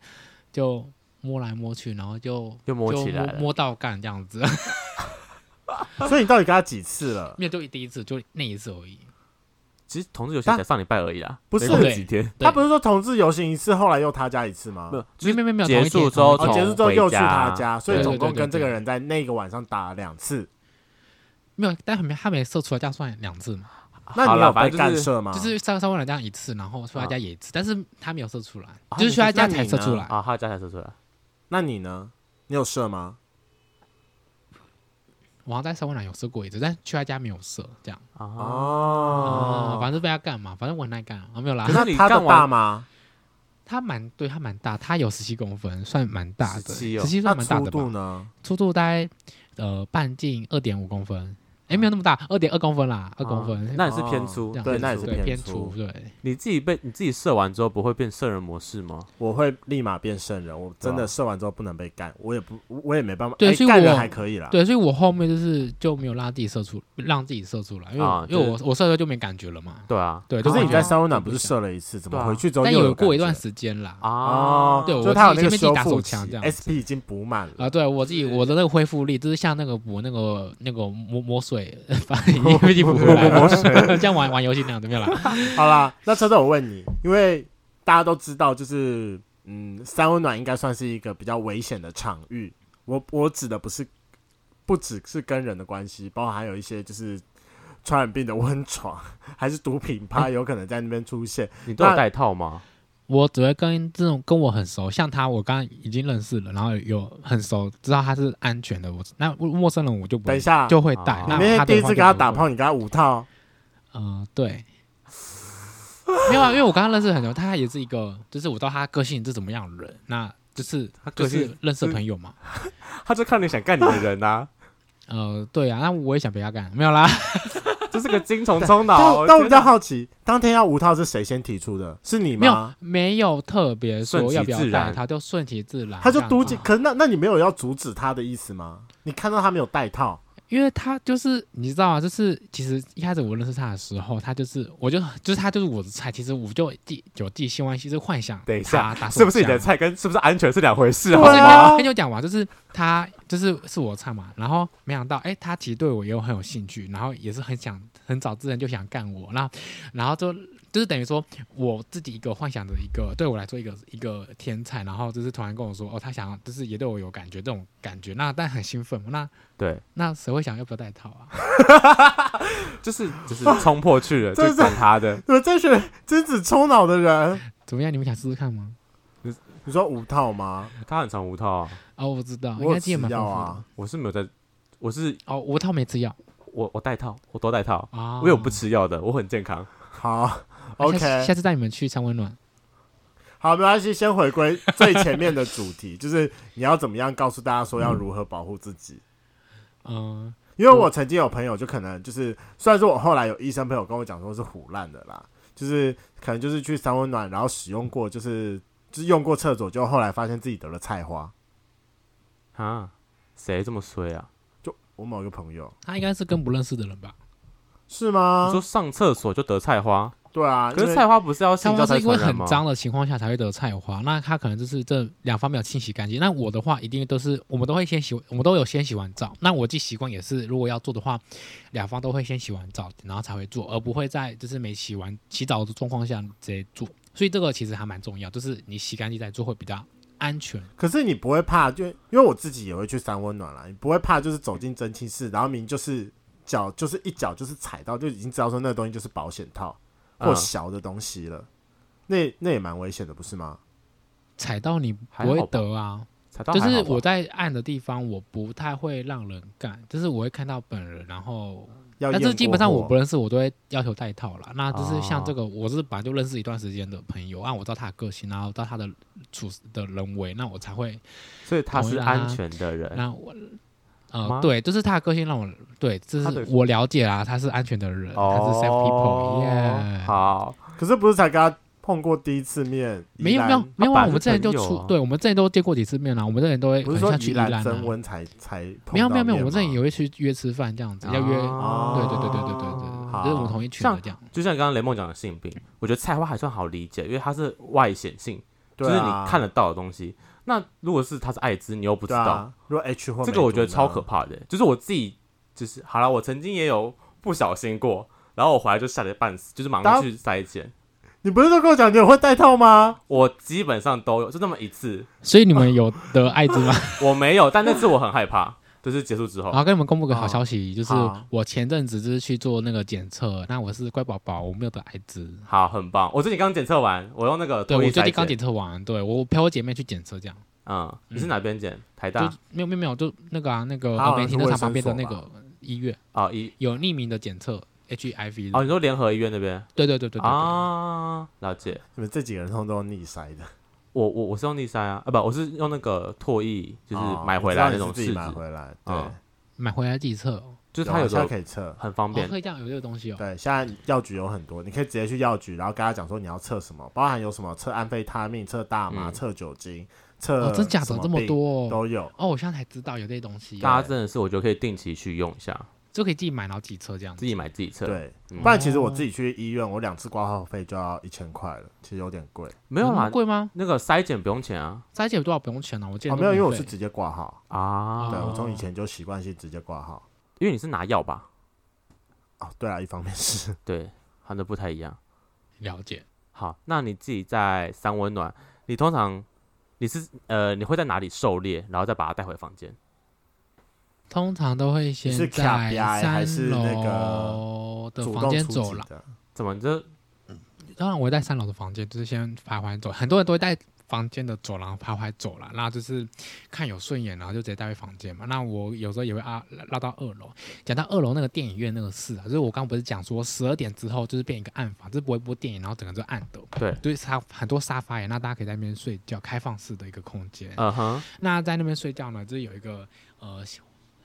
Speaker 3: 就摸来摸去，然后就
Speaker 2: 就摸
Speaker 3: 就
Speaker 2: 起来了
Speaker 3: 摸到干这样子， *laughs*
Speaker 1: 所以你到底跟她几次了？
Speaker 3: 没有就第一次就那一次而已，
Speaker 2: 其实同志游戏才上礼拜而已啦，
Speaker 1: 不是
Speaker 2: 没过几天，
Speaker 3: 对
Speaker 1: 她不是说同志游行一次，后来又她家一次吗
Speaker 2: 没？有，就
Speaker 3: 没
Speaker 2: 是
Speaker 3: 有没有没有
Speaker 2: 结
Speaker 3: 同一
Speaker 2: 束
Speaker 3: 天
Speaker 2: 之后
Speaker 3: 同一
Speaker 1: 哦，
Speaker 3: 天
Speaker 1: 结束之后又去她
Speaker 2: 从回
Speaker 1: 家，
Speaker 2: 家
Speaker 1: 所以
Speaker 2: 对
Speaker 1: 总共
Speaker 3: 对对
Speaker 1: 跟这个
Speaker 3: 对
Speaker 1: 人在那个晚上打了两次。
Speaker 3: 没有，但还没他没射出来，这样算两次嘛？
Speaker 1: 那
Speaker 2: 好
Speaker 1: 你
Speaker 2: 啦
Speaker 1: 有
Speaker 2: 反
Speaker 1: 被
Speaker 2: 正
Speaker 1: 干
Speaker 2: 就是
Speaker 1: 涉吗？
Speaker 3: 就是稍稍微来这样一次，然后出他家也一次，但是他没有射出来，
Speaker 2: 啊
Speaker 3: 就是去他家
Speaker 1: 你
Speaker 3: 才
Speaker 1: 是
Speaker 3: 射出
Speaker 1: 那
Speaker 3: 来。
Speaker 2: 啊，他家才说出来，
Speaker 1: 那你呢？你有射吗？
Speaker 3: 我好像在稍微来有射过一次，但去他家没有射，这样
Speaker 2: 啊，
Speaker 3: 啊，
Speaker 1: 哦，
Speaker 3: 反正被他干嘛，反正我很爱干啊，没有啦
Speaker 2: 可。是你
Speaker 1: 那他
Speaker 2: 干
Speaker 1: 的大
Speaker 2: 完
Speaker 1: 吗？
Speaker 3: 他蛮对他蛮大，他有十七公分，算蛮大的，
Speaker 2: 17哦
Speaker 3: 十七
Speaker 1: 那
Speaker 3: 算蛮大
Speaker 1: 粗
Speaker 3: 的吧
Speaker 1: 度，呢？
Speaker 3: 粗度大概呃半径二点五公分，哎，没有那么大，二点二公分啦，二公分。
Speaker 2: 啊那也是偏
Speaker 1: 哦
Speaker 2: 粗
Speaker 3: 这。样
Speaker 1: 对
Speaker 3: 偏
Speaker 1: 那也
Speaker 3: 粗
Speaker 1: 是
Speaker 3: 对
Speaker 1: 偏
Speaker 3: 偏
Speaker 1: 粗
Speaker 3: 粗，对，
Speaker 2: 你自己被你自己射完之后，不会变圣人模式吗？
Speaker 1: 我会立马变圣人，我真
Speaker 2: 对
Speaker 1: 的
Speaker 2: 啊
Speaker 1: 射完之后不能被干，我也不我也没办法，
Speaker 3: 对
Speaker 1: 哎
Speaker 3: 所以
Speaker 1: 干人
Speaker 3: 我
Speaker 1: 还可以啦，
Speaker 3: 对，所以我后面就是就没有让自己射出，让自己射出来，因为、
Speaker 2: 啊
Speaker 3: 因为
Speaker 2: 就
Speaker 3: 我我射出来就没感觉了嘛。
Speaker 2: 对啊，
Speaker 3: 对，
Speaker 1: 可
Speaker 3: 就是完
Speaker 1: 你在
Speaker 3: 全
Speaker 1: 三温暖不是射了一次，怎么
Speaker 2: 对啊
Speaker 1: 回去之后
Speaker 3: 但
Speaker 1: 又
Speaker 3: 有过一
Speaker 1: 感
Speaker 3: 段
Speaker 1: 觉哦
Speaker 3: 时间啦。
Speaker 2: 啊，
Speaker 3: 对我
Speaker 1: 就他有
Speaker 3: 自
Speaker 1: 那个
Speaker 3: 己前面自己
Speaker 1: 修
Speaker 3: 打手
Speaker 1: 复期
Speaker 3: 枪这样子
Speaker 1: ，SP 已经补满了。
Speaker 3: 啊，对我自己我的那个恢复力，就是像那个补那个那个磨磨水， *laughs* 反正已经已经补回来了，磨水， *laughs* 像玩玩游戏那样，对没有啦？
Speaker 1: *laughs* 好啦，那车车我问你，因为大家都知道，就是嗯，三温暖应该算是一个比较危险的场域。我我指的不是，不只是跟人的关系，包含还有一些就是传染病的温床， *laughs* 还是毒品趴
Speaker 3: 嗯
Speaker 1: 有可能在那边出现。
Speaker 2: 你都有
Speaker 1: 那
Speaker 2: 带套吗？
Speaker 3: 我只会跟这种跟我很熟，像他我刚刚已经认识了，然后有很熟，知道他是安全的，我那陌生人我就不
Speaker 1: 等
Speaker 3: 会
Speaker 1: 一下，哦
Speaker 3: 就会带
Speaker 2: 啊。
Speaker 1: 你
Speaker 3: 那
Speaker 1: 那天
Speaker 3: 他
Speaker 1: 第一次
Speaker 3: 给
Speaker 1: 跟他打炮，你跟他五套，
Speaker 3: 嗯，对，没有啊，因为我刚刚认识很久，他也是一个，就是我知道他个性是怎么样的人，那就是
Speaker 2: 他
Speaker 3: 就
Speaker 2: 个性
Speaker 3: 是认识的朋友嘛。
Speaker 2: 他就看你想干你的人啊呐，
Speaker 3: 呃，对啊，那我也想被他干，没有啦，
Speaker 2: 就是个精虫
Speaker 1: *laughs*
Speaker 2: 充
Speaker 1: 但
Speaker 2: 脑。
Speaker 1: 我但我比较
Speaker 2: 天哪
Speaker 1: 好奇，当天要五套是谁先提出的？是你
Speaker 3: 没有
Speaker 1: 吗？
Speaker 3: 没有特别
Speaker 2: 顺
Speaker 3: 说
Speaker 2: 其
Speaker 3: 要不要
Speaker 2: 自
Speaker 3: 带
Speaker 2: 然
Speaker 3: 他，就顺其自然。
Speaker 1: 他就
Speaker 3: 这样
Speaker 1: 嘟
Speaker 3: 子啊
Speaker 1: 进，可是那那你没有要阻止他的意思吗？你看到他没有带套，
Speaker 3: 因为他就是你知道啊，就是其实一开始我认识他的时候，他就是我就就是他就是我的菜，其实我就自有自己希望，其实幻想
Speaker 2: 等一下
Speaker 3: 他打手
Speaker 2: 是不是你
Speaker 3: 枪
Speaker 2: 的菜跟是不是安全是两回事
Speaker 1: 对
Speaker 2: 啊？
Speaker 3: 不是没
Speaker 1: 啊
Speaker 3: 有跟你讲完，就是他就是是我唱嘛，然后没想到哎、他其实对我也有很有兴趣，然后也是很想很早之前就想干我，那然后就就是等于说我自己一个幻想的一个对我来说一个一个天才，然后就是突然跟我说哦，他想就是也对我有感觉这种感觉，那但很兴奋嘛，那
Speaker 2: 对，
Speaker 1: 啊
Speaker 3: 那谁会想要不要戴套啊？
Speaker 2: 就是就是冲破去
Speaker 1: *laughs*
Speaker 2: 了，
Speaker 1: 这
Speaker 2: 就是懂他的。
Speaker 1: 我这群真子抽脑的人，
Speaker 3: 怎么样？你们想试试看吗？
Speaker 1: 你说五套吗？
Speaker 2: 他很常无套啊，
Speaker 3: 哦，我知道，应
Speaker 1: 我
Speaker 3: 该
Speaker 1: 有
Speaker 3: 经
Speaker 1: 吃
Speaker 3: 验蛮丰
Speaker 1: 药
Speaker 3: 富的。
Speaker 1: 啊，
Speaker 2: 我是没有在，我是
Speaker 3: 哦，我套没吃药
Speaker 2: 我我带套，我都带套，
Speaker 3: 啊，
Speaker 2: 因为我不吃药的，我很健康。
Speaker 1: 好
Speaker 3: 那下次
Speaker 1: ，OK，
Speaker 3: 下次带你们去三温暖。
Speaker 1: 好，没关系，先回归最前面的主题，就是你要怎么样告诉大家说要如何保护自己。
Speaker 3: 嗯，
Speaker 1: 因为我曾经有朋友，就可能就是，虽然说我后来有医生朋友跟我讲说是虎烂的啦，就是可能就是去三温暖，然后使用过，就是就是用过厕所，就后来发现自己得了菜花。
Speaker 2: 啊，谁这么衰啊？
Speaker 1: 就我某一个朋友
Speaker 3: 他应该是跟不认识的人吧？
Speaker 1: 是
Speaker 2: 你
Speaker 1: 吗
Speaker 2: 说？上厕所就得菜花，
Speaker 1: 对啊，因
Speaker 2: 可是
Speaker 1: 为
Speaker 2: 菜花不是要
Speaker 3: 菜
Speaker 2: 性
Speaker 3: 花
Speaker 2: 交才
Speaker 3: 是因为
Speaker 2: 传染
Speaker 3: 很
Speaker 2: 吗？
Speaker 3: 脏的情况下才会得菜花，那他可能就是这两方面有清洗干净。那我的话，一定都是我们都会先洗，我们都有先洗完澡。那我既习惯也是，如果要做的话，两方都会先洗完澡，然后才会做，而不会在就是没洗完洗澡的状况下直接做。所以这个其实还蛮重要，就是你洗干净再做会比较安全。
Speaker 1: 可是你不会怕，就因为我自己也会去三温暖啦，你不会怕就是走进蒸汽室，然后明明就是脚就是一脚就是踩到，就已经知道说那个东西就是保险套或
Speaker 2: 嗯
Speaker 1: 小的东西了，那那也蛮危险的，不是吗？
Speaker 3: 踩到你
Speaker 2: 还
Speaker 3: 不
Speaker 2: 好
Speaker 3: 会
Speaker 2: 吧
Speaker 3: 得啊，
Speaker 2: 才到
Speaker 3: 就
Speaker 2: 哦还
Speaker 3: 是
Speaker 2: 好吧
Speaker 3: 我在暗的地方，我不太会让人干，就是我会看到本人，然后
Speaker 1: 要
Speaker 3: 那
Speaker 1: 验
Speaker 3: 这基本上我不
Speaker 1: 过货
Speaker 3: 认识，我都会要求戴套啦。那就是像这
Speaker 2: 哦
Speaker 3: 个，我是本来就认识一段时间的朋友，啊，我知道他的个性，然后知道他的处事的人为，那我才会，
Speaker 2: 所以他
Speaker 3: 同
Speaker 2: 是
Speaker 3: 意啦
Speaker 2: 安全的人，
Speaker 3: 那我，呃
Speaker 2: 吗，
Speaker 3: 对，就是他的个性让我，对，这
Speaker 2: 他
Speaker 3: 是
Speaker 2: 的
Speaker 3: 我了解啦，他是安全的人，他是 safe
Speaker 1: 哦
Speaker 3: people，耶。
Speaker 2: 哦好，
Speaker 1: 可是不是才跟他碰过第一次面？
Speaker 3: 没
Speaker 1: 宜
Speaker 3: 有
Speaker 1: 兰
Speaker 3: 没有没
Speaker 2: 本
Speaker 3: 有啊！
Speaker 2: 来
Speaker 3: 我们之
Speaker 2: 是
Speaker 3: 前就
Speaker 2: 朋友
Speaker 3: 出，
Speaker 2: 啊
Speaker 3: 对我们之前都见过几次面啦，我们之前都会
Speaker 1: 不是
Speaker 3: 很
Speaker 1: 说
Speaker 3: 像去
Speaker 1: 宜
Speaker 3: 宜
Speaker 1: 兰
Speaker 3: 兰
Speaker 1: 增
Speaker 3: 啊。
Speaker 1: 温才才碰
Speaker 3: 没有没有
Speaker 1: 到
Speaker 3: 没有，
Speaker 1: 面
Speaker 3: 我们之前
Speaker 1: 吗
Speaker 3: 也会去约吃饭这样子，要约，
Speaker 2: 哦
Speaker 3: 对对对对对对对，就是我们同一群
Speaker 2: 像
Speaker 3: 的这样。
Speaker 2: 就像刚刚雷梦讲的性病，我觉得菜花还算好理解，因为它是外显性，就
Speaker 1: 对
Speaker 2: 是
Speaker 1: 啊
Speaker 2: 你看得到的东西。那如果是它是艾滋，你又不知
Speaker 1: 对
Speaker 2: 道，
Speaker 1: 啊，如果 H 或
Speaker 2: 这
Speaker 1: 梅
Speaker 2: 个我
Speaker 1: 毒
Speaker 2: 觉得
Speaker 1: 呢
Speaker 2: 超可怕的。就是我自己，就是好了，我曾经也有不小心过，然后我回来就吓得半死，就是马
Speaker 1: 当
Speaker 2: 上去筛检。
Speaker 1: 你不是都跟我讲你有会戴套吗？
Speaker 2: 我基本上都有，就那么一次，
Speaker 3: 所以你们有得艾滋吗？
Speaker 2: 我没有，但那次我很害怕，就是结束之后
Speaker 3: 然，后跟你们公布个好消息，就是
Speaker 1: 哦好
Speaker 3: 我前阵子就是去做那个检测，那我是乖宝宝，我没有得艾滋。
Speaker 2: 好，很棒。我最近刚检测完，我用那个
Speaker 3: 对，
Speaker 2: 唾液
Speaker 3: 我最
Speaker 2: 筛
Speaker 3: 近刚
Speaker 2: 检
Speaker 3: 检测完，对我陪我姐妹去检测，这样
Speaker 2: 嗯，你是
Speaker 3: 嗯
Speaker 2: 哪边检？台
Speaker 3: 就
Speaker 2: 大
Speaker 3: 没有没有没有，就那个啊，那个
Speaker 1: 它啊好像
Speaker 3: 呃北
Speaker 1: 是
Speaker 3: 停车
Speaker 1: 卫
Speaker 3: 场
Speaker 1: 生
Speaker 3: 旁边的
Speaker 1: 所
Speaker 3: 那
Speaker 1: 吧
Speaker 3: 个医院
Speaker 2: 哦，一
Speaker 3: 有匿名的检测 HIV 的。
Speaker 2: 哦，你说联合医院那边
Speaker 3: 对对对对对对，
Speaker 2: 啊？了解。
Speaker 1: 你们这几个人通通都逆塞的，
Speaker 2: 我我我是用逆塞啊，啊不，我是用那个唾液，就是
Speaker 1: 哦
Speaker 2: 买
Speaker 1: 我
Speaker 2: 回
Speaker 1: 知
Speaker 2: 来
Speaker 1: 道
Speaker 2: 那
Speaker 1: 你是
Speaker 2: 种
Speaker 1: 自
Speaker 2: 试
Speaker 1: 己
Speaker 2: 纸。
Speaker 1: 买回来，对。
Speaker 2: 嗯
Speaker 3: 买回来自己测哦。
Speaker 2: 就是
Speaker 1: 有
Speaker 2: 它
Speaker 1: 啊
Speaker 2: 有
Speaker 1: 现在
Speaker 2: 的
Speaker 1: 可以测。
Speaker 2: 很方
Speaker 3: 哦，
Speaker 2: 便，
Speaker 3: 可以这样有这个东西哦。
Speaker 1: 对，现在药局有很多，你可以直接去药局，然后跟他讲说你要测什么，包含有什么测安非他命、测大麻、
Speaker 2: 嗯
Speaker 1: 测酒精、测、
Speaker 3: 哦，真假的这么多哦
Speaker 1: 都啊有。
Speaker 3: 哦，我现在才知道有这些东西，哦
Speaker 2: 大家真的是我觉得可以定期去用一下，
Speaker 3: 就可以自己买然后自己测这样
Speaker 2: 自
Speaker 3: 子。
Speaker 2: 己买自己测。
Speaker 1: 对，
Speaker 2: 嗯
Speaker 1: 不然其实我自己去医院，我两次挂号费就要一千块了，其实有点贵。
Speaker 2: 没有
Speaker 3: 那么
Speaker 2: 啦，
Speaker 3: 嗯贵吗？
Speaker 2: 那个筛检不用钱啊
Speaker 3: 筛检多少不用钱呢？我记
Speaker 1: 哦，
Speaker 3: 得都
Speaker 1: 没有，因为我
Speaker 3: 免
Speaker 1: 是
Speaker 3: 费
Speaker 1: 直接挂号，对
Speaker 2: 啊，
Speaker 1: 我从以前就习惯性直接挂号。
Speaker 2: 因为你是拿药吧？
Speaker 1: 哦，对啊，一方面是
Speaker 2: 对，它那不太一样。
Speaker 3: 了解。
Speaker 2: 好，那你自己在三温暖，你通常你是呃你会在哪里狩猎，然后再把它带回房间？
Speaker 3: 通常都会先
Speaker 1: 你是卡
Speaker 3: 在
Speaker 1: 比埃还是
Speaker 3: 三
Speaker 1: 那个
Speaker 3: 楼的
Speaker 1: 主
Speaker 3: 房
Speaker 1: 动
Speaker 3: 间
Speaker 1: 出
Speaker 3: 走
Speaker 1: 击
Speaker 3: 廊。
Speaker 1: 的。
Speaker 2: 怎么你这
Speaker 3: 当然，我会在三楼的房间，就是先徘徊走。很多人都会在房间的走廊徘徊走啦，那就是看有顺眼，然后就直接带回房间嘛。那我有时候也会啊拉到二楼。讲到二楼那个电影院那个事啊，就是我刚刚不是讲说十二点之后就是变一个暗房，就是不会播电影，然后整个就暗的。
Speaker 2: 对
Speaker 3: 就是沙很多沙发耶，那大家可以在那边睡觉，开放式的一个空间。
Speaker 2: 嗯哼
Speaker 3: 那在那边睡觉呢，就是有一个呃，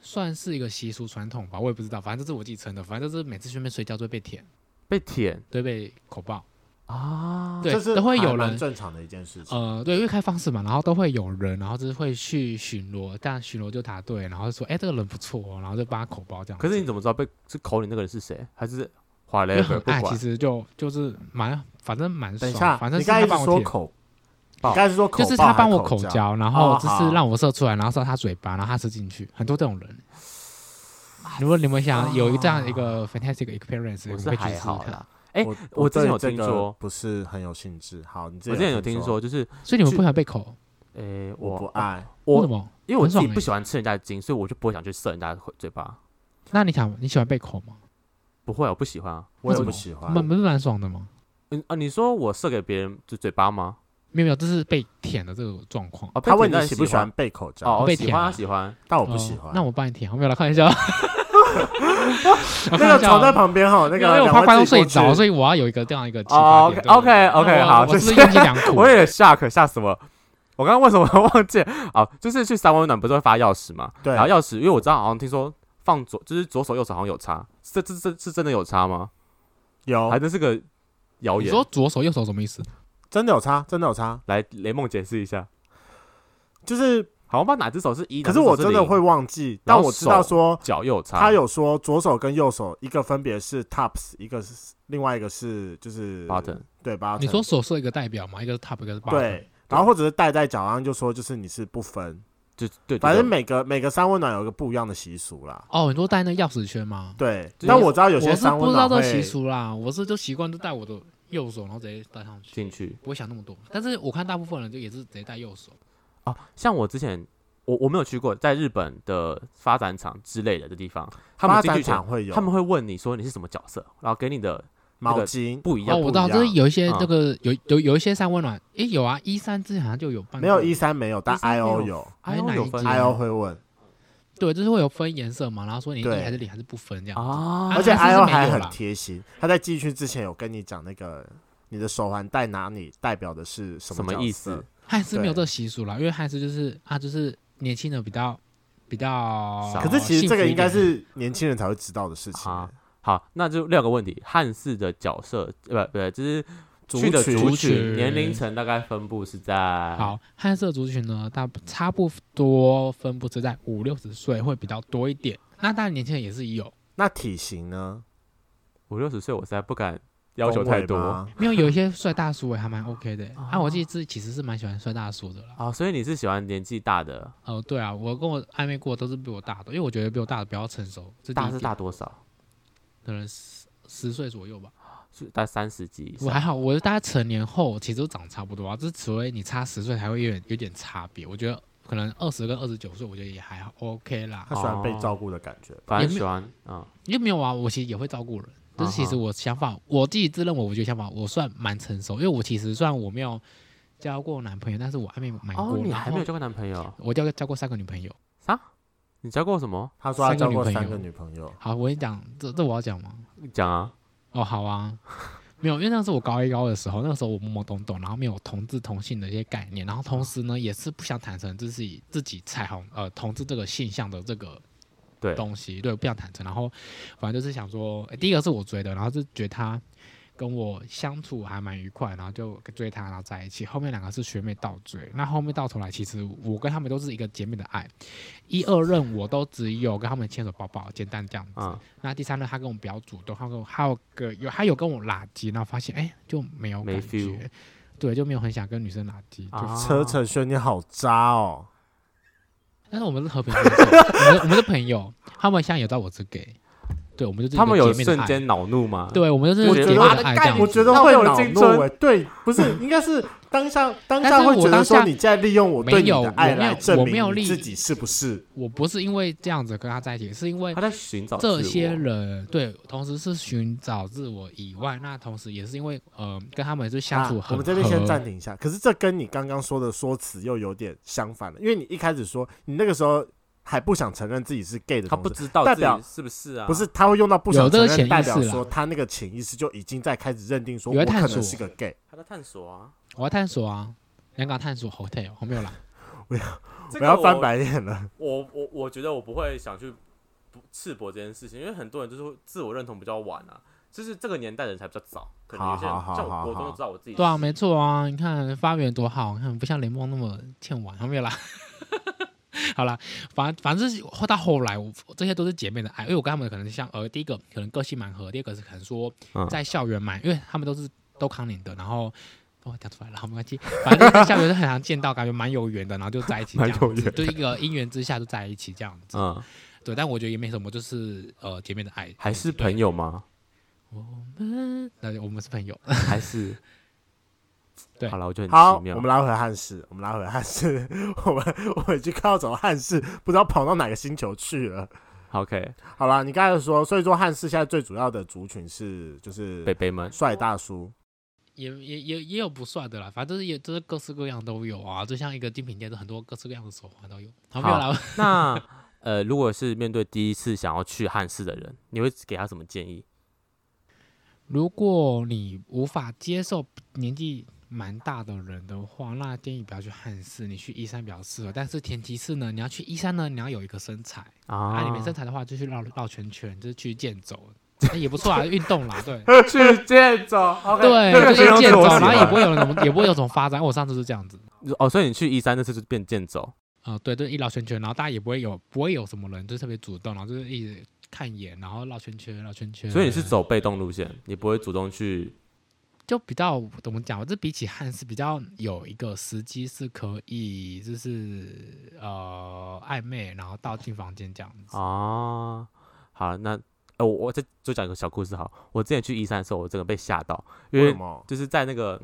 Speaker 3: 算是一个习俗传统吧，我也不知道，反正这是我自己称的，反正就是每次去那边睡觉就会被舔，
Speaker 2: 被舔
Speaker 3: 都会被口爆，
Speaker 2: 啊？
Speaker 3: 对
Speaker 1: 这，是
Speaker 3: 都会
Speaker 1: 还
Speaker 3: 有
Speaker 1: 蛮
Speaker 3: 人。
Speaker 1: 正常的一件事情。
Speaker 3: 呃，对，因为开放式嘛，然后都会有人，然后就是会去巡逻，但巡逻就答对，然后就说，哎、这个人不错、哦，然后就帮他口包这样子。
Speaker 2: 可是你怎么知道被是口里那个人是谁？还是华雷
Speaker 3: 因为很
Speaker 2: 不
Speaker 3: 爱，
Speaker 2: 管
Speaker 3: 哎其？实就就是蛮，反正蛮
Speaker 1: 等
Speaker 3: 爽
Speaker 1: 一下，
Speaker 3: 反正
Speaker 1: 你
Speaker 3: 是
Speaker 1: 刚才
Speaker 3: 他
Speaker 1: 一直
Speaker 3: 帮我
Speaker 1: 说
Speaker 3: 舔，
Speaker 1: 口，你
Speaker 2: 爆
Speaker 1: 刚才是说口爆
Speaker 3: 就是他帮我
Speaker 1: 还
Speaker 3: 口
Speaker 1: 口，
Speaker 3: 交，然
Speaker 1: 哦
Speaker 3: 后就是
Speaker 1: 好
Speaker 3: 让我射出来，然后射他嘴巴，然后他吃进去，很多这种人。
Speaker 1: 啊
Speaker 3: 如果你们想有一这样一个 fantastic experience，
Speaker 2: 我
Speaker 3: 你
Speaker 2: 是
Speaker 3: 们可以去
Speaker 2: 还
Speaker 3: 试试
Speaker 2: 好
Speaker 3: 看。
Speaker 2: 啦。哎、
Speaker 1: 我
Speaker 2: 我之前
Speaker 1: 对
Speaker 2: 有
Speaker 1: 这
Speaker 2: 听
Speaker 1: 个
Speaker 2: 说
Speaker 1: 不是很有兴致。好，你之
Speaker 2: 我之前有听
Speaker 1: 听，
Speaker 2: 说，就是
Speaker 3: 所以你们
Speaker 2: 去
Speaker 3: 不想被口？
Speaker 2: 哎、
Speaker 1: 我不
Speaker 2: 我
Speaker 1: 爱，
Speaker 3: 为什
Speaker 2: 我
Speaker 3: 么？
Speaker 2: 因为我
Speaker 3: 很
Speaker 2: 自己
Speaker 3: 爽
Speaker 2: 不
Speaker 3: 欸
Speaker 2: 喜欢吃人家的筋，所以我就不会想去射人家的嘴巴。
Speaker 3: 那你想你喜欢被口吗？
Speaker 2: 不会啊，我不喜欢啊。
Speaker 1: 我也
Speaker 3: 为什
Speaker 1: 不
Speaker 3: 么
Speaker 1: 喜欢。
Speaker 3: 蛮不是蛮爽的吗？
Speaker 2: 嗯啊，你说我射给别人就嘴巴吗？
Speaker 3: 没有没有，这是被舔的这个状况。
Speaker 2: 哦，被
Speaker 1: 他问你
Speaker 2: 舔但
Speaker 1: 喜
Speaker 2: 是
Speaker 1: 不喜
Speaker 2: 欢
Speaker 1: 欢？被口
Speaker 2: 哦，
Speaker 1: 罩，
Speaker 2: 我
Speaker 3: 被
Speaker 2: 喜
Speaker 3: 舔
Speaker 2: 欢
Speaker 3: 啊
Speaker 2: 啊，喜欢。
Speaker 1: 但我不喜欢。
Speaker 3: 嗯那我帮你舔，我没有来看一 *laughs* 下。
Speaker 1: 那个床在
Speaker 3: 的，
Speaker 1: 旁边哈，那
Speaker 3: 因
Speaker 1: 个
Speaker 3: 为我
Speaker 1: 两
Speaker 3: 怕
Speaker 1: 位
Speaker 3: 观众
Speaker 1: 自己
Speaker 3: 睡
Speaker 1: 过去
Speaker 3: 着，所以我要有一个这样一个启发
Speaker 2: 哦
Speaker 3: 点。
Speaker 2: ，OK，OK，OK，
Speaker 3: 对对对
Speaker 2: 好
Speaker 3: 我
Speaker 2: 谢
Speaker 3: 我是
Speaker 2: 谢
Speaker 3: 用心良
Speaker 1: *laughs*
Speaker 2: *laughs*
Speaker 3: 苦。
Speaker 2: 我也吓可吓死我！我刚刚为什么忘记 *laughs* 啊？就是去三温暖不是会发钥匙吗？
Speaker 1: 对
Speaker 2: 然后钥匙，因为我知道好像听说放左，就是左手右手好像有差，这这这是真的有差吗？还
Speaker 1: 有
Speaker 2: 真是个谣
Speaker 3: 你
Speaker 2: 言。
Speaker 3: 说左手右手什么意思？
Speaker 1: 真的有差，真的有差，
Speaker 2: 来，雷梦解释一下，
Speaker 1: 就是
Speaker 2: 好像把哪只手是一，
Speaker 1: 可是我真的会
Speaker 2: 哪只手是零
Speaker 1: 忘记，
Speaker 2: 然
Speaker 1: 但
Speaker 2: 后
Speaker 1: 我知道
Speaker 2: 手
Speaker 1: 说
Speaker 2: 脚又有差，
Speaker 1: 他有说左手跟右手一个分别是 tops，一个是另外一个是就是
Speaker 2: button，
Speaker 1: 对 button，
Speaker 3: 你说手是一个代表嘛，一个是 top，一个是 bottom。
Speaker 1: 对。然后或者是戴在脚上，就说就是你是不分，
Speaker 2: 就对，
Speaker 1: 反正
Speaker 2: 每
Speaker 1: 每个每个三温暖有一个不一样的习俗啦。
Speaker 3: 哦，你说戴那个钥匙圈吗？
Speaker 1: 对，
Speaker 2: 就是
Speaker 1: 但我知道有些
Speaker 3: 我是
Speaker 1: 三
Speaker 3: 不
Speaker 1: 温
Speaker 3: 知道
Speaker 1: 暖
Speaker 3: 这
Speaker 1: 会
Speaker 3: 个习俗啦，我是就习惯就戴我的右手，然后直接戴上去，
Speaker 2: 进去
Speaker 3: 不会想那么多。但是我看大部分人就也是直接戴右手，
Speaker 2: 啊。像我之前我我没有去过，在日本的发展场之类的的地方，他
Speaker 1: 发
Speaker 2: 们进
Speaker 1: 展
Speaker 2: 去前
Speaker 1: 场会有，
Speaker 2: 他们会问你说你是什么角色，然后给你的
Speaker 1: 毛
Speaker 2: 那个
Speaker 1: 巾
Speaker 2: 不一样
Speaker 3: 哦，
Speaker 2: 不
Speaker 3: 我
Speaker 2: 一
Speaker 3: 知道，就是
Speaker 1: 样
Speaker 3: 有一些
Speaker 2: 嗯
Speaker 3: 那个、有有有一些三温暖，诶，有啊，一三之前好像就有办过，
Speaker 1: 没有一三没有，但
Speaker 2: 一三
Speaker 1: I
Speaker 2: 没
Speaker 1: O
Speaker 2: 有
Speaker 1: 有
Speaker 3: 哎
Speaker 2: 哎呦
Speaker 3: 哪一
Speaker 2: 有
Speaker 3: 集
Speaker 2: 分
Speaker 3: 啊
Speaker 1: ，I O 会问，
Speaker 3: 对，就是会有分颜色嘛，然后说你一
Speaker 1: 对
Speaker 3: 还是零还是不分这样。
Speaker 2: 啊，
Speaker 1: 而且
Speaker 3: 还
Speaker 1: I
Speaker 3: 是
Speaker 1: O
Speaker 3: 没有
Speaker 1: 还很
Speaker 3: 啦
Speaker 1: 贴心，他在进去之前有跟你讲那个你的手环戴哪里代表的是什
Speaker 2: 什么
Speaker 1: 角
Speaker 2: 意
Speaker 1: 色
Speaker 2: 思？
Speaker 3: 汉斯没有这个习俗啦，因为汉斯就是啊，就是年轻的比较比较
Speaker 2: 少
Speaker 3: 幸福一点，
Speaker 1: 可是其实这个应该是年轻人才会知道的事情欸
Speaker 2: 啊。好，那就六个问题，汉室的角色，呃，不对，就是
Speaker 1: 族
Speaker 2: 去的
Speaker 1: 群
Speaker 2: 族
Speaker 3: 族群
Speaker 2: 年龄层大概分布是在，
Speaker 3: 好，汉色族群呢，大差不多分布是在五六十岁会比较多一点。那当然年轻人也是有，
Speaker 1: 那体型呢？
Speaker 2: 五六十岁，我实在不敢要求
Speaker 1: 恭维
Speaker 2: 太多
Speaker 1: 吗。
Speaker 3: 因为有
Speaker 2: *laughs*
Speaker 3: 一些帅大叔也欸还蛮 OK 的、
Speaker 2: 哦
Speaker 3: 啊。我自己自己其实是蛮喜欢帅大叔的啦。
Speaker 2: 啊，所以你是喜欢年纪大的，
Speaker 3: 哦，对啊，我跟我暧昧过都是比我大的，因为我觉得比我大的比较成熟，这第一
Speaker 2: 大是
Speaker 3: 点
Speaker 2: 大多少？
Speaker 3: 可能十十岁左右吧。
Speaker 2: 是大概三十几以
Speaker 3: 我
Speaker 2: 上
Speaker 3: 还好，我大概成年后其实都长差不多啊，就是除非你差十岁才会有点有点差别。我觉得可能二十跟二十九岁，我觉得也还好 OK 啦
Speaker 1: 他。喜欢被
Speaker 2: 哦
Speaker 1: 照顾的感觉吧。
Speaker 2: 反正
Speaker 3: 也没
Speaker 2: 喜欢啊，
Speaker 3: 也没有啊，我其实也会照顾人，但是
Speaker 2: 啊
Speaker 3: 其实
Speaker 2: 哈
Speaker 3: 我想法，我自己自认为我觉得想法我算蛮成熟，因为我其实虽然我没有交过男朋友，但是我还没有买过，
Speaker 2: 哦，你还没有
Speaker 3: 交，
Speaker 2: 交过男朋友？
Speaker 3: 我交交过三个女朋友。
Speaker 2: 啥？你交过什么？
Speaker 1: 他说他
Speaker 3: 三个
Speaker 1: 交
Speaker 3: 女
Speaker 1: 过
Speaker 3: 朋
Speaker 1: 三
Speaker 3: 友
Speaker 1: 个女朋友，
Speaker 3: 好，我跟你讲，这这我要讲吗？
Speaker 2: 你讲啊，
Speaker 3: 哦，好啊，没有，因为那是我高一高二的时候，那个时候我懵懵懂懂，然后没有同志同性的一些概念，然后同时呢也是不想坦诚自己自己彩虹呃同志这个现象的这个
Speaker 2: 对
Speaker 3: 东西，对，我不想坦诚。然后反正就是想说，诶第一个是我追的，然后就觉得他跟我相处还蛮愉快，然后就追他，然后在一起。后面两个是学妹倒追，那后面到头来，其实我跟他们都是一个姐妹的爱，一二任我都只有跟他们牵手抱抱，简单这样子。
Speaker 2: 嗯，
Speaker 3: 那第三任他跟我比较主动，他跟我还有个有他有跟我拉鸡，然后发现哎、就没有
Speaker 2: 没
Speaker 3: 感
Speaker 2: feel
Speaker 3: 觉，对，就没有很想跟女生拉鸡。对
Speaker 2: 啊
Speaker 1: 车程轩你好渣哦，
Speaker 3: 但是我们是和平分手，我们是我们是朋友，他们现在有到我这给，对，我们就是
Speaker 2: 他们
Speaker 3: 一个
Speaker 2: 有
Speaker 3: 姐妹的
Speaker 2: 瞬
Speaker 3: 爱，
Speaker 2: 间恼怒吗？，
Speaker 3: 对我们就是
Speaker 2: 我
Speaker 3: 姐
Speaker 2: 觉
Speaker 3: 妹
Speaker 2: 得
Speaker 3: 的
Speaker 2: 妈的
Speaker 3: 爱这样
Speaker 2: 干
Speaker 1: 我
Speaker 3: 子
Speaker 1: 觉得
Speaker 2: 浪
Speaker 1: 会
Speaker 2: 费我的
Speaker 1: 恼
Speaker 2: 青
Speaker 1: 怒
Speaker 2: 春
Speaker 1: 哎、对，不是，应该是当下当
Speaker 3: 但
Speaker 1: 下
Speaker 3: 是
Speaker 1: 会
Speaker 3: 我
Speaker 1: 觉得
Speaker 3: 当
Speaker 1: 说
Speaker 3: 下
Speaker 1: 你在利用我对你
Speaker 3: 没有
Speaker 1: 的爱
Speaker 3: 我没有
Speaker 1: 来证
Speaker 3: 我没有
Speaker 1: 明你
Speaker 3: 利
Speaker 1: 自己是不是？
Speaker 3: 我不是因为这样子跟他在一起，是因为
Speaker 2: 他在寻找
Speaker 3: 这
Speaker 2: 自我
Speaker 3: 些人对，同时是寻找自我以外，那同时也是因为呃跟他们就相处
Speaker 1: 啊
Speaker 3: 很合、
Speaker 1: 我们这边先暂停一下。可是这跟你刚刚说的说辞又有点相反了，因为你一开始说你那个时候还不想承认自己是 gay 的
Speaker 2: 他
Speaker 1: 同
Speaker 2: 不
Speaker 1: 志，
Speaker 2: 知道
Speaker 1: 代
Speaker 2: 自
Speaker 1: 表
Speaker 2: 己是不是啊？
Speaker 1: 不是，他会用到不想
Speaker 3: 有这
Speaker 1: 承
Speaker 3: 个
Speaker 1: 认，代
Speaker 3: 潜意
Speaker 1: 表
Speaker 3: 识啦
Speaker 1: 说他那个潜意识就已经在开始认定说
Speaker 3: 有
Speaker 1: 我
Speaker 3: 在探
Speaker 1: 可
Speaker 3: 索
Speaker 1: 能是个 gay。
Speaker 2: 他在探索啊。
Speaker 3: 我要探索啊，香港探索 hotel 我没有啦，
Speaker 2: 这
Speaker 1: 我
Speaker 2: 个
Speaker 1: 要翻白眼了，
Speaker 2: 我我我觉得我不会想去不赤膊这件事情，因为很多人就是会自我认同比较晚啊，就是这个年代人才比较早，可能有些人
Speaker 1: 好好好
Speaker 2: 像我
Speaker 1: 好
Speaker 2: 国中
Speaker 1: 好
Speaker 2: 就知道我自己
Speaker 3: 对啊，
Speaker 2: 是
Speaker 3: 没错啊，你看发源多好，你看不像雷梦那么欠玩，好没有啦。 *laughs* 好啦，反反正是后到后来，我这些都是姐妹的爱，因为我跟他们可能像呃，第一个可能个性蛮合，第二个是可能说
Speaker 2: 嗯
Speaker 3: 在校园蛮，因为他们都是都康宁的，然后我、哦、讲出来了，好没关系，反正在校园是很常见到，感觉蛮有缘的，然后就在一起这样
Speaker 2: 蛮有缘
Speaker 3: 子，
Speaker 2: 的
Speaker 3: 就一个姻缘之下就在一起这样子，
Speaker 2: 嗯，
Speaker 3: 对，但我觉得也没什么，就是呃姐妹的爱，
Speaker 2: 还是朋友吗？
Speaker 3: 那就我们是朋友，
Speaker 2: 还是
Speaker 3: 对
Speaker 2: 好了，我觉得很
Speaker 1: 好，
Speaker 2: 奇妙
Speaker 1: 我们。拉回汉室， *laughs* 我们拉回汉室， *laughs* 我们我已经看到走汉室，不知道跑到哪个星球去了。
Speaker 2: 好 OK，
Speaker 1: 好啦，你刚才说，所以说汉室现在最主要的族群是就是
Speaker 2: 北北们，
Speaker 1: 帅大叔，
Speaker 3: 也也也也有不算的啦，反正也就是各式各样都有啊，就像一个精品店，很多各式各样的手环都有。好，没有啦，
Speaker 2: 那呃，如果是面对第一次想要去汉室的人，你会给他什么建议？
Speaker 3: *laughs* 如果你无法接受年纪蛮大的人的话，那建议不要去汉室，你去一山比较适合。但是前提是呢，你要去一山呢，你要有一个身材啊，你没身材的话，就去绕绕圈圈，就是去健走，那也不错啊，运动
Speaker 2: *laughs*
Speaker 3: 啦，对。
Speaker 2: 去健走，OK，形
Speaker 3: 对，就是
Speaker 2: 容
Speaker 3: 健
Speaker 2: 词
Speaker 3: 走，
Speaker 2: 我喜
Speaker 3: 然后也
Speaker 2: 欢
Speaker 3: 不会有什么，也不会有什么发展。因为我上次是这样子，
Speaker 2: 哦，所以你去一三那次就变健走，
Speaker 3: 啊、对，就是一绕圈圈，然后大家也不会有不会有什么人就是特别主动，然后就是一直看一眼，然后绕圈圈绕圈圈。
Speaker 2: 所以你是走被动路线，你不会主动去
Speaker 3: 就比较怎么讲？我这比起汉是比较有一个时机是可以就是呃暧昧，然后到进房间这样
Speaker 1: 哦
Speaker 3: 子。
Speaker 2: 啊。好，那呃，我我再就讲一个小故事好。我之前去一三的时候，我真的被吓到，因
Speaker 1: 为
Speaker 2: 为
Speaker 1: 什么？
Speaker 2: 就是在那个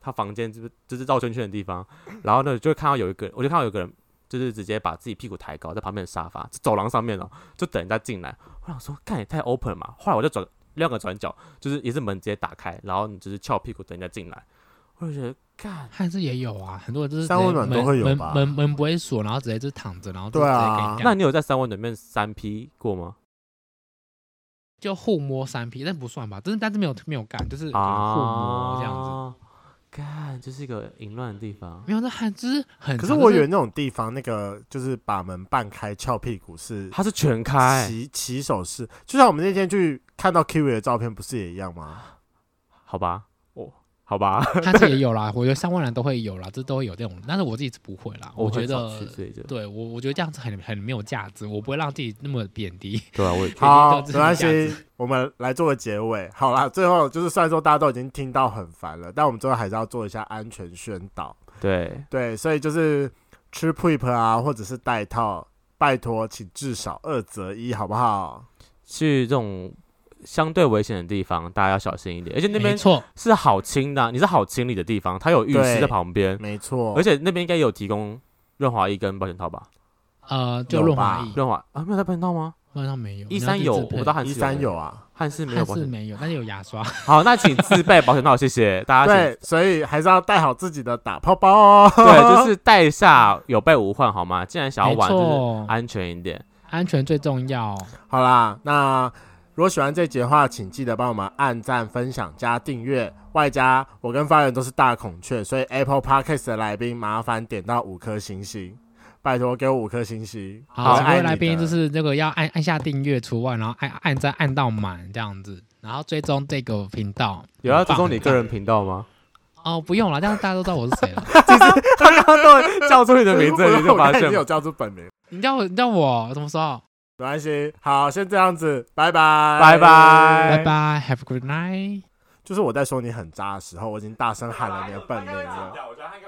Speaker 2: 他房间就是就是绕圈圈的地方，然后呢就会看到有一个人，我就看到有个人就是直接把自己屁股抬高在旁边的沙发走廊上面哦，就等人家进来。我想说，看也太 open 了嘛。后来我就转另外一个转角，就是也是门直接打开，然后你就是翘屁股等人家进来。我就觉得，干
Speaker 3: 汉是也有啊，很多人就是
Speaker 1: 三
Speaker 3: 直接
Speaker 1: 温暖都
Speaker 3: 门
Speaker 1: 会有
Speaker 3: 门
Speaker 1: 吧
Speaker 3: 门门不会锁，然后直接就躺着，然后就
Speaker 1: 对
Speaker 3: 直接
Speaker 1: 啊
Speaker 3: 跟你讲
Speaker 2: 那你有在三温暖里面三 P 过吗？
Speaker 3: 就互摸三 P，但不算吧，但是但是没有没有干，就是可能互
Speaker 2: 啊，
Speaker 3: 摸这样子。嗯
Speaker 2: 干，这是一个淫乱的地方。
Speaker 3: 没有，那汉就是很
Speaker 1: 可
Speaker 3: 常就是
Speaker 1: 我以为那种地方，那个就是把门半开翘屁股是
Speaker 2: 它是全开，
Speaker 1: 起起手式，就像我们那天去看到 Kiwi 的照片，不是也一样吗？
Speaker 2: 好吧？哦，好吧， *laughs*
Speaker 3: 他是也有啦，我觉得上万人都会有啦，这都会有这种，但是我自己是不会啦。 *laughs* 我觉
Speaker 2: 很少
Speaker 3: 得
Speaker 2: 去，这个，
Speaker 3: 对我我觉得这样子很很没有价值，我不会让自己那么
Speaker 2: *laughs*
Speaker 3: 贬低。
Speaker 2: 对啊，
Speaker 3: *laughs*
Speaker 2: 我也
Speaker 1: 好，
Speaker 3: 这
Speaker 1: 没
Speaker 3: 是
Speaker 1: 关
Speaker 3: 这
Speaker 1: 系，我们来做个结尾。好啦，最后就是虽然说大家都已经听到很烦了，但我们最后还是要做一下安全宣导。
Speaker 2: 对
Speaker 1: 对，所以就是吃 PREP 啊，或者是戴套，拜托，请至少二择一，好不好？
Speaker 2: 去这种相对危险的地方，大家要小心一点。而且那
Speaker 3: 没
Speaker 2: 边
Speaker 3: 错，
Speaker 2: 是好清的啊，你是好清理的地方，它有浴室
Speaker 1: 对
Speaker 2: 在旁
Speaker 3: 嗯
Speaker 2: 边，
Speaker 1: 没错
Speaker 3: 哦
Speaker 2: 而，且那边应该有提供润滑液跟保险套吧？
Speaker 3: 呃，就
Speaker 1: 有
Speaker 3: 润
Speaker 1: 吧
Speaker 3: 滑液，
Speaker 2: 润滑啊，没有带保险套吗？
Speaker 3: 好像没有。
Speaker 2: 一三有，我不知道汉
Speaker 1: 一
Speaker 2: 室
Speaker 1: 三有，啊。
Speaker 2: 汉室没有
Speaker 3: 但
Speaker 2: 保
Speaker 3: 是
Speaker 2: 险。
Speaker 3: 没有，但是有
Speaker 2: *laughs*
Speaker 3: 牙刷。
Speaker 2: 好，那请自备保险套，谢
Speaker 3: *laughs*
Speaker 2: 谢大家。请
Speaker 1: 对，所以还是要带好自己的打泡包哦。
Speaker 2: 对，就是带下有备无患，好吗？既然想要
Speaker 3: 没
Speaker 2: 玩，就是
Speaker 3: 错，
Speaker 2: 安全一点。
Speaker 3: 安全最重要。
Speaker 1: 好啦，那如果喜欢这集的话，请记得帮我们按赞、分享、加订阅，外加我跟发源都是大孔雀，所以 Apple Podcast 的来宾麻烦点到五颗星星。拜托给我五颗星星。
Speaker 3: 好，
Speaker 1: 我
Speaker 3: 各
Speaker 1: 爱
Speaker 3: 位
Speaker 1: 你
Speaker 3: 来宾
Speaker 1: 的
Speaker 3: 就是这个要按按下订阅除外，然后按按赞按到满这样子，然后追踪这个频道。
Speaker 2: 有啊要追
Speaker 3: 很棒
Speaker 2: 踪你
Speaker 3: 很
Speaker 2: 个
Speaker 3: 棒
Speaker 2: 人频
Speaker 1: *laughs*
Speaker 2: 道吗？
Speaker 3: 哦，不用了，这样大家都知道我是谁了。
Speaker 2: 他刚刚都叫出你的名字，你
Speaker 1: *laughs*
Speaker 2: 就
Speaker 1: 我
Speaker 2: 发
Speaker 1: 看
Speaker 2: 现
Speaker 1: 你有叫出本名，
Speaker 3: 你叫我，你叫我怎么说？
Speaker 1: 没关系。好，先这样子，拜拜，
Speaker 2: 拜拜
Speaker 3: 拜拜，Have a good night。
Speaker 1: 就是我在说你很渣的时候，我已经大声喊了你的本名了。
Speaker 2: 我觉得他应该会